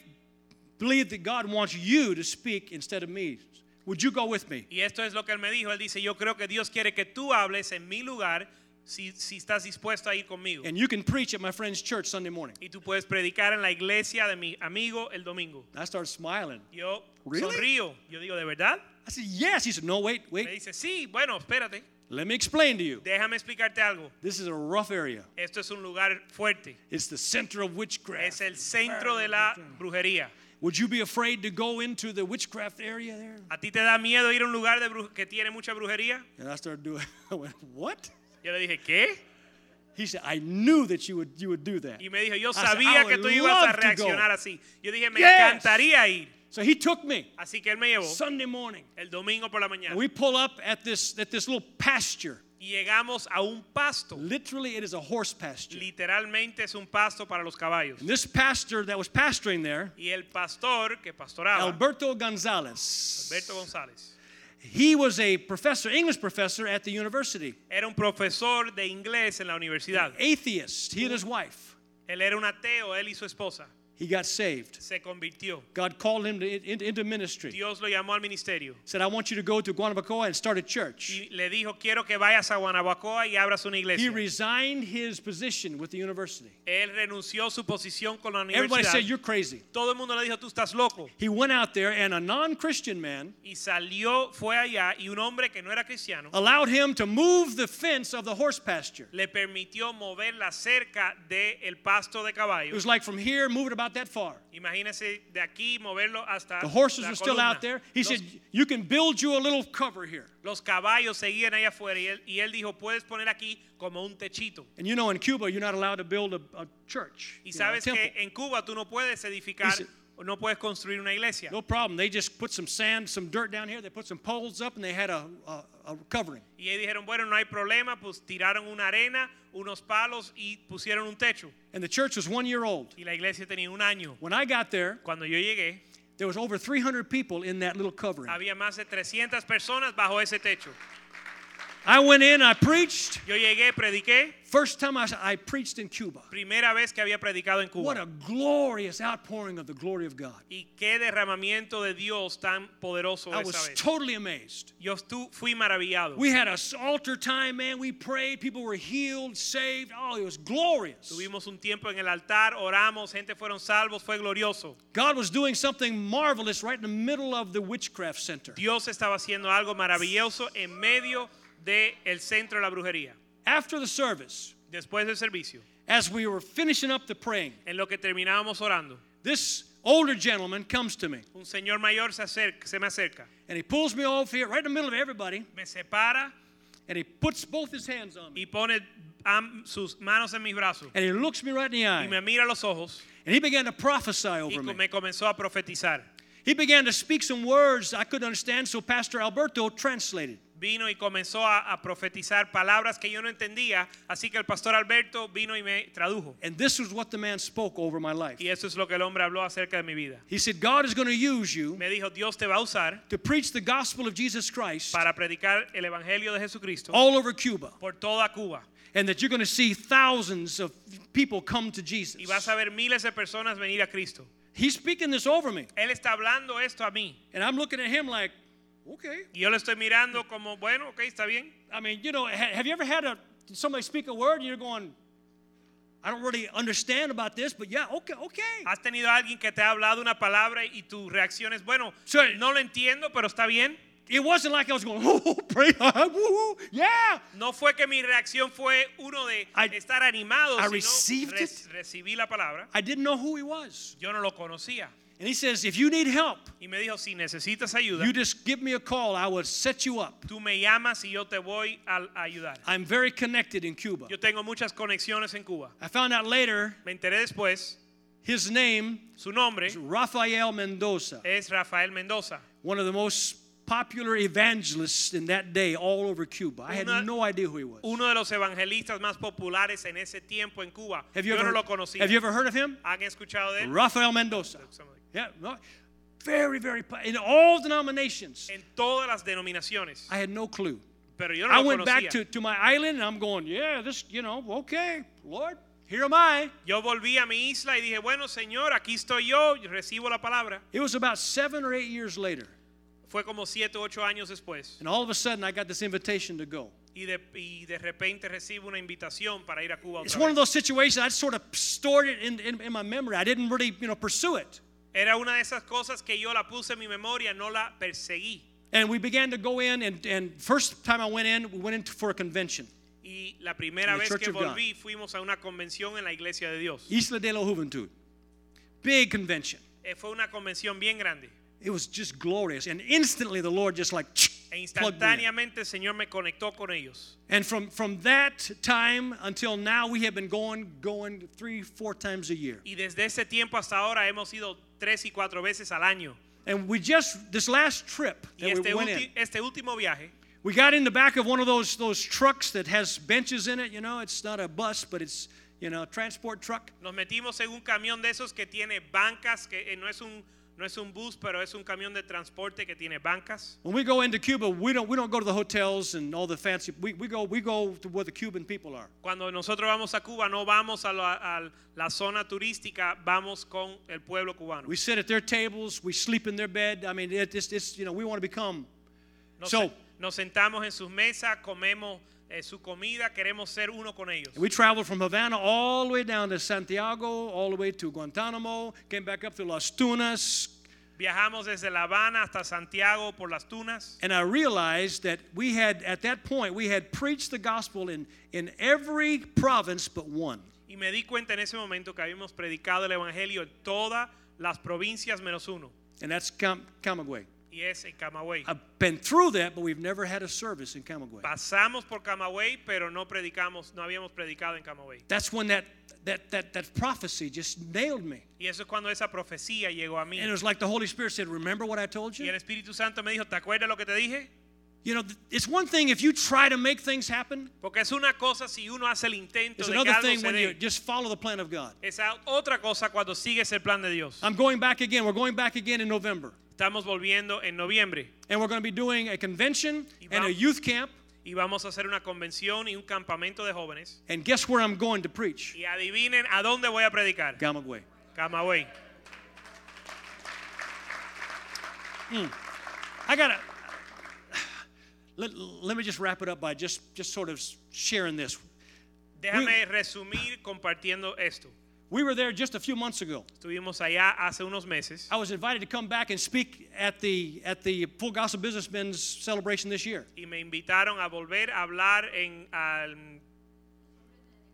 S2: believe that God wants you to speak instead of me. Would you go with me?
S1: Y esto es lo que él me dijo. Él dice, yo creo que Dios quiere que tú hables en mi lugar si, si estás dispuesto a ir conmigo.
S2: And you can preach at my friend's church Sunday morning.
S1: Y tú puedes predicar en la iglesia de mi amigo el domingo.
S2: And I started smiling.
S1: Yo
S2: Really?
S1: sonrío. Yo digo, ¿de verdad?
S2: I said, Yes. He said, No, wait,
S1: Me
S2: wait.
S1: dice, sí, bueno, espérate.
S2: Let me explain to you.
S1: Déjame explicarte algo.
S2: This is a rough area.
S1: Esto es un lugar fuerte.
S2: It's the center of
S1: Es
S2: witchcraft.
S1: el centro de la brujería.
S2: Would you be afraid to go into the witchcraft area there?
S1: ¿A ti te da miedo ir a un lugar de bru- que tiene mucha brujería?
S2: And I started doing. [laughs] I went, what?
S1: Yo le dije, ¿qué?
S2: He said, I knew that you would you would do that.
S1: Y me dijo, yo
S2: I said, "I
S1: sabía que
S2: would
S1: tú ibas a
S2: love to go."
S1: reaccionar así. Yo dije, me
S2: Yes.
S1: encantaría ir.
S2: So he took me
S1: Así que él me llevó
S2: Sunday morning.
S1: el domingo por la mañana.
S2: And we pull up at this at this little pasture.
S1: y llegamos a un pasto.
S2: Literally, it is a horse pasture.
S1: Literalmente es un pasto para los caballos.
S2: And this pastor that was pastoring there,
S1: Y el pastor que pastoraba, Alberto,
S2: Alberto Gonzalez,
S1: González,
S2: he was a professor, English professor at the university,
S1: era un profesor de inglés en la universidad.
S2: eh. atheist. He and his wife.
S1: Él era un ateo, él y su esposa.
S2: He got saved.
S1: Se convirtió.
S2: God called him to, in- into ministry.
S1: Dios lo llamó al ministerio.
S2: Said, I want you to go to Guanabacoa and start a church.
S1: Y le dijo, quiero que vayas a Guanabacoa y abras una
S2: He
S1: iglesia.
S2: resigned his position with the university.
S1: Él renunció su posición con la
S2: Everybody
S1: universidad.
S2: said, You're crazy.
S1: Todo el mundo le dijo, tú estás loco.
S2: He went out there, and a non Christian man
S1: Y salió, fue allá, y un hombre que no era cristiano
S2: allowed him to move the fence of the horse pasture.
S1: le permitió moverla cerca del pasto de
S2: It
S1: caballos.
S2: was like from here, move it about that far.
S1: Imagínese de aquí moverlo hasta
S2: The horses
S1: la
S2: were still
S1: columna.
S2: out there. He
S1: los,
S2: said, You can build you a little cover here.
S1: los caballos seguían allá afuera y él, y él dijo, puedes poner aquí como un techito.
S2: And you know, in Cuba, you're not allowed to build a, a church.
S1: Y
S2: you know, a
S1: sabes
S2: temple.
S1: que en Cuba tú no puedes edificar,
S2: Dice-
S1: o no puedes construir una iglesia.
S2: No problem. They just put some sand, some dirt down here. They put some poles up, and they had a, a, a covering.
S1: Y ellos dijeron, bueno, no hay problema, pues tiraron una arena, unos palos y pusieron un techo.
S2: And the church was one year old.
S1: Y la iglesia tenía un año.
S2: When I got there,
S1: Cuando yo llegué,
S2: there was over 300 people in that little covering.
S1: había más de 300 personas bajo ese techo.
S2: I went in, I preached.
S1: Yo llegué, prediqué,
S2: First time I, I preached in Cuba.
S1: primera vez que había predicado en
S2: What
S1: Cuba.
S2: a glorious outpouring of the glory of God.
S1: Y qué derramamiento de Dios tan poderoso
S2: I
S1: esa
S2: was
S1: vez.
S2: totally amazed.
S1: Yo estu- fui maravillado.
S2: We had a s- altar time, man. We prayed. People were healed, saved. Oh, it was glorious.
S1: Tuvimos un tiempo en el altar, oramos, gente fueron salvos, fue glorioso.
S2: God was doing something marvelous right in the middle of the witchcraft center.
S1: Dios estaba haciendo algo maravilloso en medio del centro de la brujería.
S2: After the service,
S1: Después del servicio,
S2: as we were finishing up the praying,
S1: en lo que terminábamos orando,
S2: this older gentleman comes to me
S1: un señor mayor se, acerca, se me acerca,
S2: and he pulls me off here, right in the middle of everybody,
S1: me separa
S2: and he puts both his hands on me
S1: y pone am- sus manos en mis brazos
S2: and he looks me right in the eye
S1: y me mira a los ojos
S2: and he began to prophesy
S1: y
S2: over
S1: co-
S2: me.
S1: me comenzó a profetizar.
S2: He began to speak some words I couldn't understand, so Pastor Alberto translated.
S1: Vino y comenzó a, a profetizar palabras que yo no entendía, así que el pastor Alberto vino y me tradujo.
S2: And this was what the man spoke over my life.
S1: Y eso es lo que el hombre habló acerca de mi vida.
S2: He said, God is going to use you
S1: Me dijo, Dios te va a usar
S2: to preach the gospel of Jesus Christ
S1: para predicar el Evangelio de Jesucristo
S2: all over Cuba,
S1: por toda Cuba.
S2: and that you're going to see thousands of people come to Jesus.
S1: Y vas a ver miles de personas venir a Cristo.
S2: He's speaking this over me,
S1: Él está hablando esto a mí.
S2: and I'm looking at him like, okay.
S1: Y yo lo estoy mirando como, bueno, ok, está bien.
S2: I mean, you know, ha- have you ever had a, somebody speak a word and you're going, I don't really understand about this, but yeah, okay, okay.
S1: ¿Has tenido a alguien que te ha hablado una palabra y tu reacción es, bueno,
S2: Sí.
S1: no lo entiendo, pero está bien?
S2: It wasn't like I was going, [laughs] oh, pray, woo, yeah.
S1: No fue que mi reacción fue uno de
S2: I-
S1: estar animado,
S2: I
S1: sino
S2: received
S1: res-
S2: it.
S1: recibí la palabra.
S2: I didn't know who he was.
S1: Yo no lo conocía.
S2: And he says, if you need help,
S1: Y me dijo, si necesitas ayuda,
S2: you just give me a call. I will set you up.
S1: tú me llamas y yo te voy a, a ayudar.
S2: I'm very connected in Cuba.
S1: Yo tengo muchas conexiones en Cuba.
S2: I found out later
S1: Me enteré después,
S2: his name
S1: su nombre
S2: is Rafael Mendoza,
S1: es Rafael Mendoza,
S2: one of the most popular evangelist in that day all over Cuba. I had
S1: Una-
S2: no idea who he was.
S1: Uno de los evangelistas más populares en ese tiempo en Cuba.
S2: have you
S1: Yo
S2: ever,
S1: no lo conocía. Eh.
S2: Have you ever heard of him?
S1: ¿Han escuchado de él?
S2: Rafael Mendoza. Yeah, no, very, very po- in all denominations.
S1: En todas las denominaciones.
S2: I had no clue.
S1: Pero yo no
S2: I
S1: lo
S2: went back
S1: conocía.
S2: to, to my island and I'm going, yeah, this, you know, okay, Lord, here am I.
S1: Yo volví a mi isla y dije, bueno, Señor, aquí estoy yo, y recibo la palabra.
S2: It was about seven or eight years later,
S1: Fue como siete o ocho años después.
S2: and all of a sudden I got this invitation to go.
S1: Y de, y de repente recibo una invitación para ir a Cuba
S2: It's
S1: otra
S2: one of
S1: vez.
S2: those situations I sort of stored it in, in, in my memory. I didn't really, you know, pursue it.
S1: Era una de esas cosas que yo la puse en mi memoria, no la perseguí.
S2: And we began to go in, and, and first time I went in, we went in for a convention,
S1: Y la primera
S2: In the
S1: vez
S2: Church
S1: que
S2: of God.
S1: volví fuimos a una convención en la iglesia de Dios.
S2: Isla de la Juventud. Big convention.
S1: Eh, Fue una convención bien grande.
S2: It was just glorious. And instantly the Lord just like
S1: E
S2: plugged me in.
S1: instantáneamente el Señor me conectó con ellos.
S2: And from, from that time until now, we have been going, going three, four times a year.
S1: Y desde ese tiempo hasta ahora hemos ido tres y cuatro veces al año.
S2: And we just, this last trip
S1: Y
S2: that we
S1: este,
S2: went in,
S1: ulti- este último viaje,
S2: we got in the back of one of those, those trucks that has benches in it. You know, it's not a bus, but it's, you know, a transport truck.
S1: nos metimos en un camión de esos que tiene bancas, que eh, no es un, no es un bus, pero es un camión de transporte que tiene bancas.
S2: When we go into Cuba, we don't, we don't go to the hotels and all the fancy, we, we, go, we go to where the Cuban people are.
S1: Cuando nosotros vamos a Cuba, no vamos a la, a la zona turística, vamos con el pueblo cubano.
S2: We sit at their tables, we sleep in their bed. I mean, it, it's, it's, you know, we want to become
S1: Nos,
S2: So-
S1: nos sentamos en sus mesas, comemos eh, su comida, queremos ser uno con ellos.
S2: We traveled from Havana all the way down to Santiago, all the way to Guantanamo, came back up to Las Tunas,
S1: Viajamos desde La Habana hasta Santiago por las tunas.
S2: and I realized that we had, at that point, we had preached the gospel in, in every province but one.
S1: Y me di cuenta en ese momento que habíamos predicado el Evangelio en todas las provincias menos uno.
S2: And that's Cam- Camagüey.
S1: Y es en Camagüey.
S2: I've been through that, but we've never had a service in Camagüey.
S1: Pasamos por Camagüey, pero no predicamos, no habíamos predicado en Camagüey.
S2: That's when that, that, that, that prophecy just nailed me.
S1: Y eso es cuando esa profecía llegó a mí.
S2: And it was like the Holy Spirit said, Remember what I told
S1: Y
S2: you?
S1: el Espíritu Santo me dijo, ¿te acuerdas lo que te dije?
S2: You know, th- it's one thing if you try to make things happen,
S1: Porque es una cosa si uno hace el intento
S2: it's
S1: de que
S2: another
S1: algo
S2: thing
S1: se
S2: when
S1: dé.
S2: you just follow the plan of God.
S1: Es a- otra cosa cuando sigues el plan de Dios.
S2: I'm going back again. We're going back again in November.
S1: Estamos volviendo en noviembre
S2: And we're going to be doing a convention
S1: Y
S2: and a
S1: vamos.
S2: youth camp.
S1: y vamos a hacer una convención y un campamento de jóvenes.
S2: And guess where I'm going to preach?
S1: Y adivinen a dónde voy a predicar.
S2: Gamagway.
S1: Camagüey.
S2: I got to. Let, let me just wrap it up by just, just sort of sharing this.
S1: Déjame resumir compartiendo esto.
S2: We were there just a few months ago.
S1: Estuvimos allá hace unos meses.
S2: I was invited to come back and speak at the, at the Full Gospel Businessmen's celebration this year.
S1: y me invitaron a volver a hablar en, al-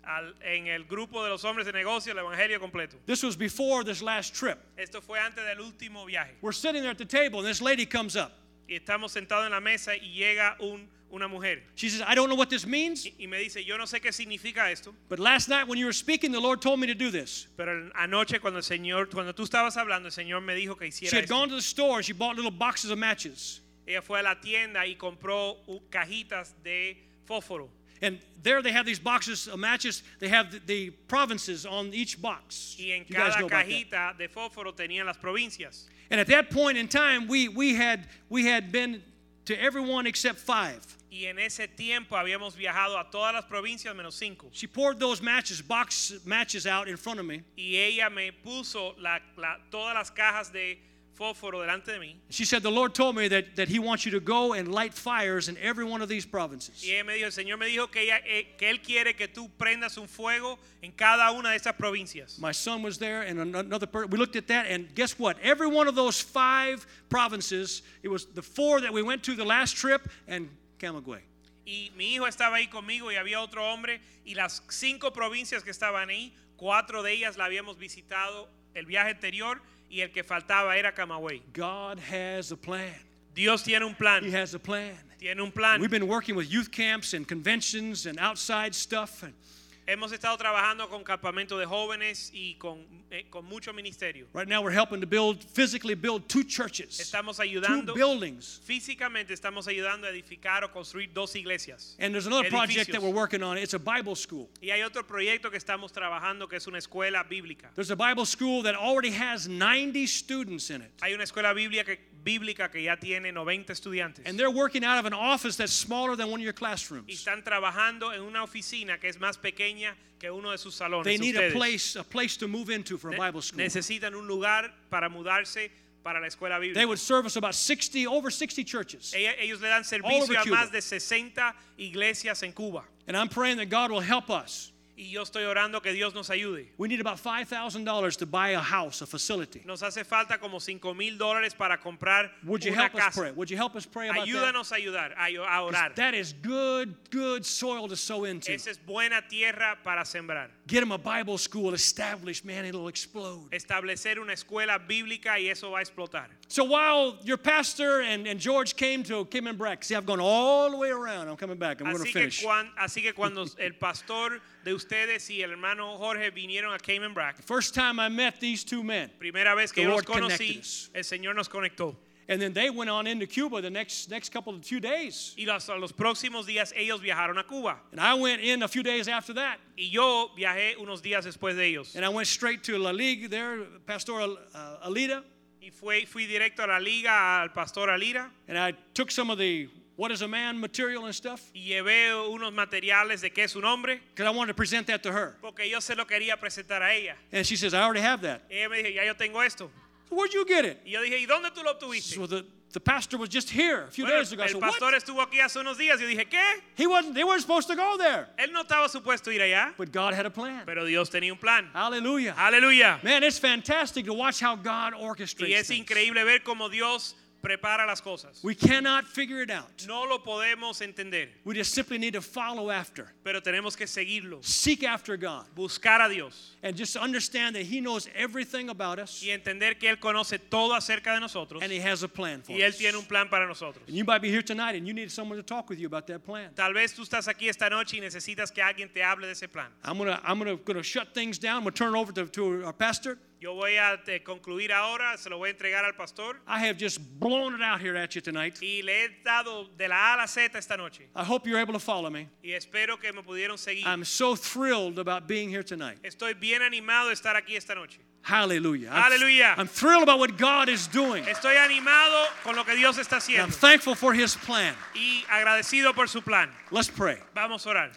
S1: al- en el grupo de los hombres de negocio, el Evangelio completo.
S2: This was before this last trip.
S1: Esto fue antes del último viaje.
S2: We're sitting there at the table, and this lady comes up.
S1: Y estamos sentados en la mesa y llega un- una mujer.
S2: She says, I don't know what this means,
S1: Y, y me dice, yo no sé qué significa esto,
S2: but last night when you were speaking, the Lord told me to do this.
S1: pero el- anoche cuando el Señor, cuando tú estabas hablando, el Señor me dijo que
S2: She
S1: hiciera
S2: had
S1: esto.
S2: gone to the store. She bought little boxes of matches.
S1: Ella fue a la tienda y compró u- cajitas de fósforo.
S2: And there they have these boxes of matches. They have the, the provinces on each box.
S1: Y en
S2: You guys
S1: cada
S2: know about that.
S1: cajita de fósforo tenían las provincias.
S2: And at that point in time, we, we, had, we had been to everyone except five.
S1: Y en ese tiempo habíamos viajado a todas las provincias menos cinco.
S2: She poured those matches, box matches out in front of me.
S1: Y ella me puso la- la- todas las cajas de fósforo delante de mí.
S2: She said, The Lord told me that, that He wants you to go and light fires in every one of these provinces.
S1: Y ella me dijo, el Señor me dijo que, ella, eh, que Él quiere que tú prendas un fuego en cada una de esas provincias.
S2: My son was there, and an- another person. We looked at that, and guess what? Every one of those five provinces, it was the four that we went to the last trip, and Camagüey.
S1: Y mi hijo estaba ahí conmigo y había otro hombre. Y las cinco provincias que estaban ahí, cuatro de ellas la habíamos visitado el viaje anterior y el que faltaba era Camagüey.
S2: God has a plan.
S1: Dios tiene un
S2: He
S1: plan.
S2: has a plan.
S1: Tiene un plan.
S2: We've been working with youth camps and conventions and outside stuff, and
S1: Hemos estado trabajando con campamento de jóvenes y con, eh, con mucho ministerio.
S2: Right now, we're helping to build, physically build two churches,
S1: Estamos
S2: two
S1: ayudando,
S2: buildings.
S1: físicamente estamos ayudando a edificar o construir dos iglesias.
S2: And there's another project
S1: Edificios.
S2: that we're working on. It's a Bible school.
S1: Y hay otro proyecto que estamos trabajando que es una escuela bíblica.
S2: There's a Bible school that already has 90 students in it.
S1: Hay una escuela bíblica que, bíblica que ya tiene 90 estudiantes.
S2: And they're working out of an office that's smaller than one of your
S1: Y
S2: classrooms.
S1: están trabajando en una oficina que es más pequeña que uno de sus salones.
S2: They need a
S1: Ustedes
S2: place, a place to move into for a
S1: ne-
S2: Bible school.
S1: Necesitan un lugar para mudarse para la escuela bíblica.
S2: They would service about 60, over 60 churches.
S1: Ella- Ellos le
S2: over
S1: dan servicio a
S2: Cuba.
S1: más de 60 iglesias en Cuba.
S2: And I'm praying that God will help us.
S1: Y yo estoy orando que Dios nos ayude.
S2: We need about $5,000 to buy a house, a facility.
S1: Nos hace falta como 5 mil dólares para comprar
S2: Would you
S1: una
S2: help us
S1: casa.
S2: pray? Would you help us pray about that?
S1: Ayúdanos a ayudar, a, a
S2: 'Cause
S1: orar.
S2: That is good, good soil to sow into.
S1: Esa es buena tierra para sembrar.
S2: Get them a Bible school established, man, it'll explode.
S1: Establecer una escuela bíblica y eso va a explotar.
S2: So while your pastor and, and George came to Kim and Breck, see, I've gone all the way around. I'm coming back. I'm going to
S1: Así que,
S2: finish.
S1: cuan- así que
S2: [laughs]
S1: cuando el pastor de ustedes y el hermano Jorge vinieron a Cayman Brack,
S2: First time I met these two men,
S1: primera vez que
S2: The
S1: yo los
S2: Lord
S1: conocí,
S2: connected us.
S1: el Señor nos conectó.
S2: and then they went on into Cuba the next next couple of few days,
S1: Y los, a los próximos días ellos viajaron a Cuba.
S2: and I went in a few days after that,
S1: Y yo viajé unos días después de ellos.
S2: and I went straight to La Ligue there, Pastor uh, Alita,
S1: Y fue, fui directo a la liga, al pastor Alira,
S2: and I took some of the "What Is a Man" material and stuff
S1: y llevé unos materiales de qué es su nombre,
S2: because I wanted to present that to her,
S1: porque yo se lo quería presentar a ella.
S2: and she says, "I already have that."
S1: Y ella me dijo, ya yo tengo esto.
S2: So where'd you get it?
S1: Y yo dije, ¿y dónde tú lo obtuviste?
S2: So the the pastor was just here a few
S1: Bueno,
S2: days ago. I
S1: el
S2: said, "What?"
S1: pastor estuvo aquí hace unos días. Yo dije, ¿qué?
S2: He wasn't. They weren't supposed to go there,
S1: Él no estaba supuesto ir allá,
S2: but God had a plan.
S1: pero Ah. Dios tenía un plan.
S2: Hallelujah.
S1: Aleluya.
S2: Man, it's fantastic to watch how God
S1: Y
S2: orchestrates
S1: es
S2: things.
S1: increíble ver cómo Dios prepara las cosas.
S2: We cannot figure it out.
S1: No lo podemos entender,
S2: We just simply need to follow after,
S1: pero tenemos que seguirlo,
S2: seek after God,
S1: buscar a Dios
S2: and just understand that He knows everything about us
S1: y entender que Él conoce todo acerca de nosotros
S2: and He has a plan for
S1: y Él
S2: us.
S1: tiene un plan para nosotros.
S2: And you might be here tonight and you need someone to talk with you about that plan.
S1: Tal vez tú estás aquí esta noche y necesitas que alguien te hable de ese plan.
S2: I'm gonna I'm gonna gonna shut things down. I'm gonna turn it over to, to our pastor.
S1: Yo voy a eh, concluir ahora, se lo voy a entregar al pastor
S2: I have just blown it out here at you tonight.
S1: y le he dado de la A a la Z esta noche
S2: I hope you're able to follow me.
S1: y espero que me pudieron seguir.
S2: I'm so thrilled about being here tonight.
S1: Estoy bien animado de estar aquí esta noche.
S2: Hallelujah. I'm-
S1: Hallelujah.
S2: I'm thrilled about what God is doing.
S1: Estoy animado con lo que Dios está
S2: And I'm
S1: haciendo
S2: thankful for his plan.
S1: y agradecido por su plan.
S2: Let's pray.
S1: Vamos a orar.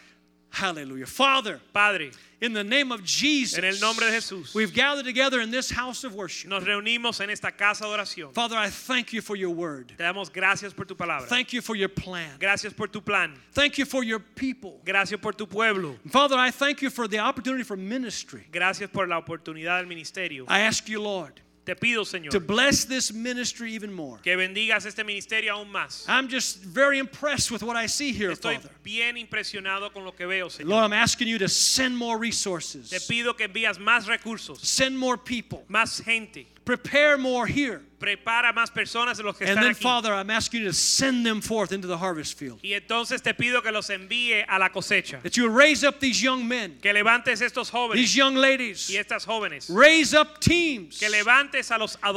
S2: Hallelujah. Father,
S1: Padre,
S2: in the name of Jesus,
S1: En el nombre de Jesús.
S2: we've gathered together in this house of worship.
S1: nos reunimos en esta casa de oración.
S2: Father, I thank you for your word.
S1: Te damos gracias por tu palabra.
S2: Thank you for your plan.
S1: Gracias por tu plan.
S2: Thank you for your people.
S1: Gracias por tu pueblo.
S2: Father, I thank you for the opportunity for ministry.
S1: Gracias por la oportunidad del ministerio.
S2: I ask you, Lord,
S1: Te pido,
S2: to
S1: Señor,
S2: bless this ministry even more.
S1: que bendigas este ministerio aún más.
S2: I'm just very impressed with what I see here,
S1: Estoy
S2: Father.
S1: bien impresionado con lo que veo,
S2: Lord,
S1: Señor.
S2: I'm asking you to send more
S1: Te
S2: resources,
S1: pido que envías más recursos,
S2: send more people,
S1: más gente.
S2: prepare more here.
S1: Prepara más personas de los que
S2: And
S1: están
S2: then,
S1: aquí.
S2: Father, I'm asking you to send them forth into the harvest field.
S1: Y entonces te pido que los envíe a la cosecha.
S2: That you would raise up these young men,
S1: Que levantes estos
S2: these
S1: jóvenes
S2: young ladies.
S1: y estas jóvenes.
S2: Raise up teams
S1: Que
S2: that
S1: levantes a los
S2: would go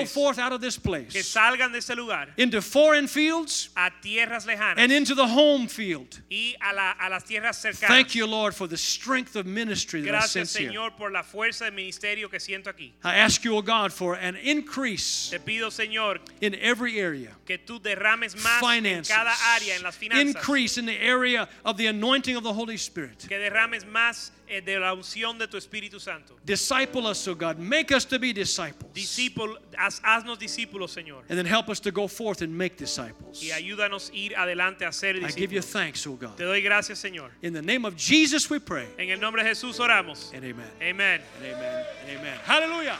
S1: adolescentes
S2: forth out of this
S1: que
S2: place
S1: salgan de este lugar
S2: into foreign fields
S1: a tierras lejanas
S2: and into the home field.
S1: y a, la- a las tierras cercanas.
S2: Thank you, Lord, for the strength of ministry that I
S1: Gracias,
S2: sense here.
S1: Señor, por la fuerza del ministerio que siento aquí.
S2: I ask you, O God, for an increase
S1: Te pido, Señor,
S2: in every area.
S1: que tú derrames más
S2: Finances.
S1: en cada área, en las finanzas.
S2: Increase in the area of the anointing of the Holy Spirit.
S1: Que derrames más eh, de la unción de tu Espíritu Santo.
S2: Disciple us, O God. Make us to be disciples.
S1: Discípulo, haz- haznos discípulos, Señor.
S2: And then help us to go forth and make disciples.
S1: Y ayúdanos a ir adelante a ser
S2: I give you
S1: discípulos.
S2: thanks, O
S1: Te
S2: God.
S1: doy gracias, Señor.
S2: In the name of Jesus we pray.
S1: En el nombre de Jesús oramos.
S2: And amen.
S1: Amén.
S2: And amen. And amen. Hallelujah.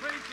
S2: Praise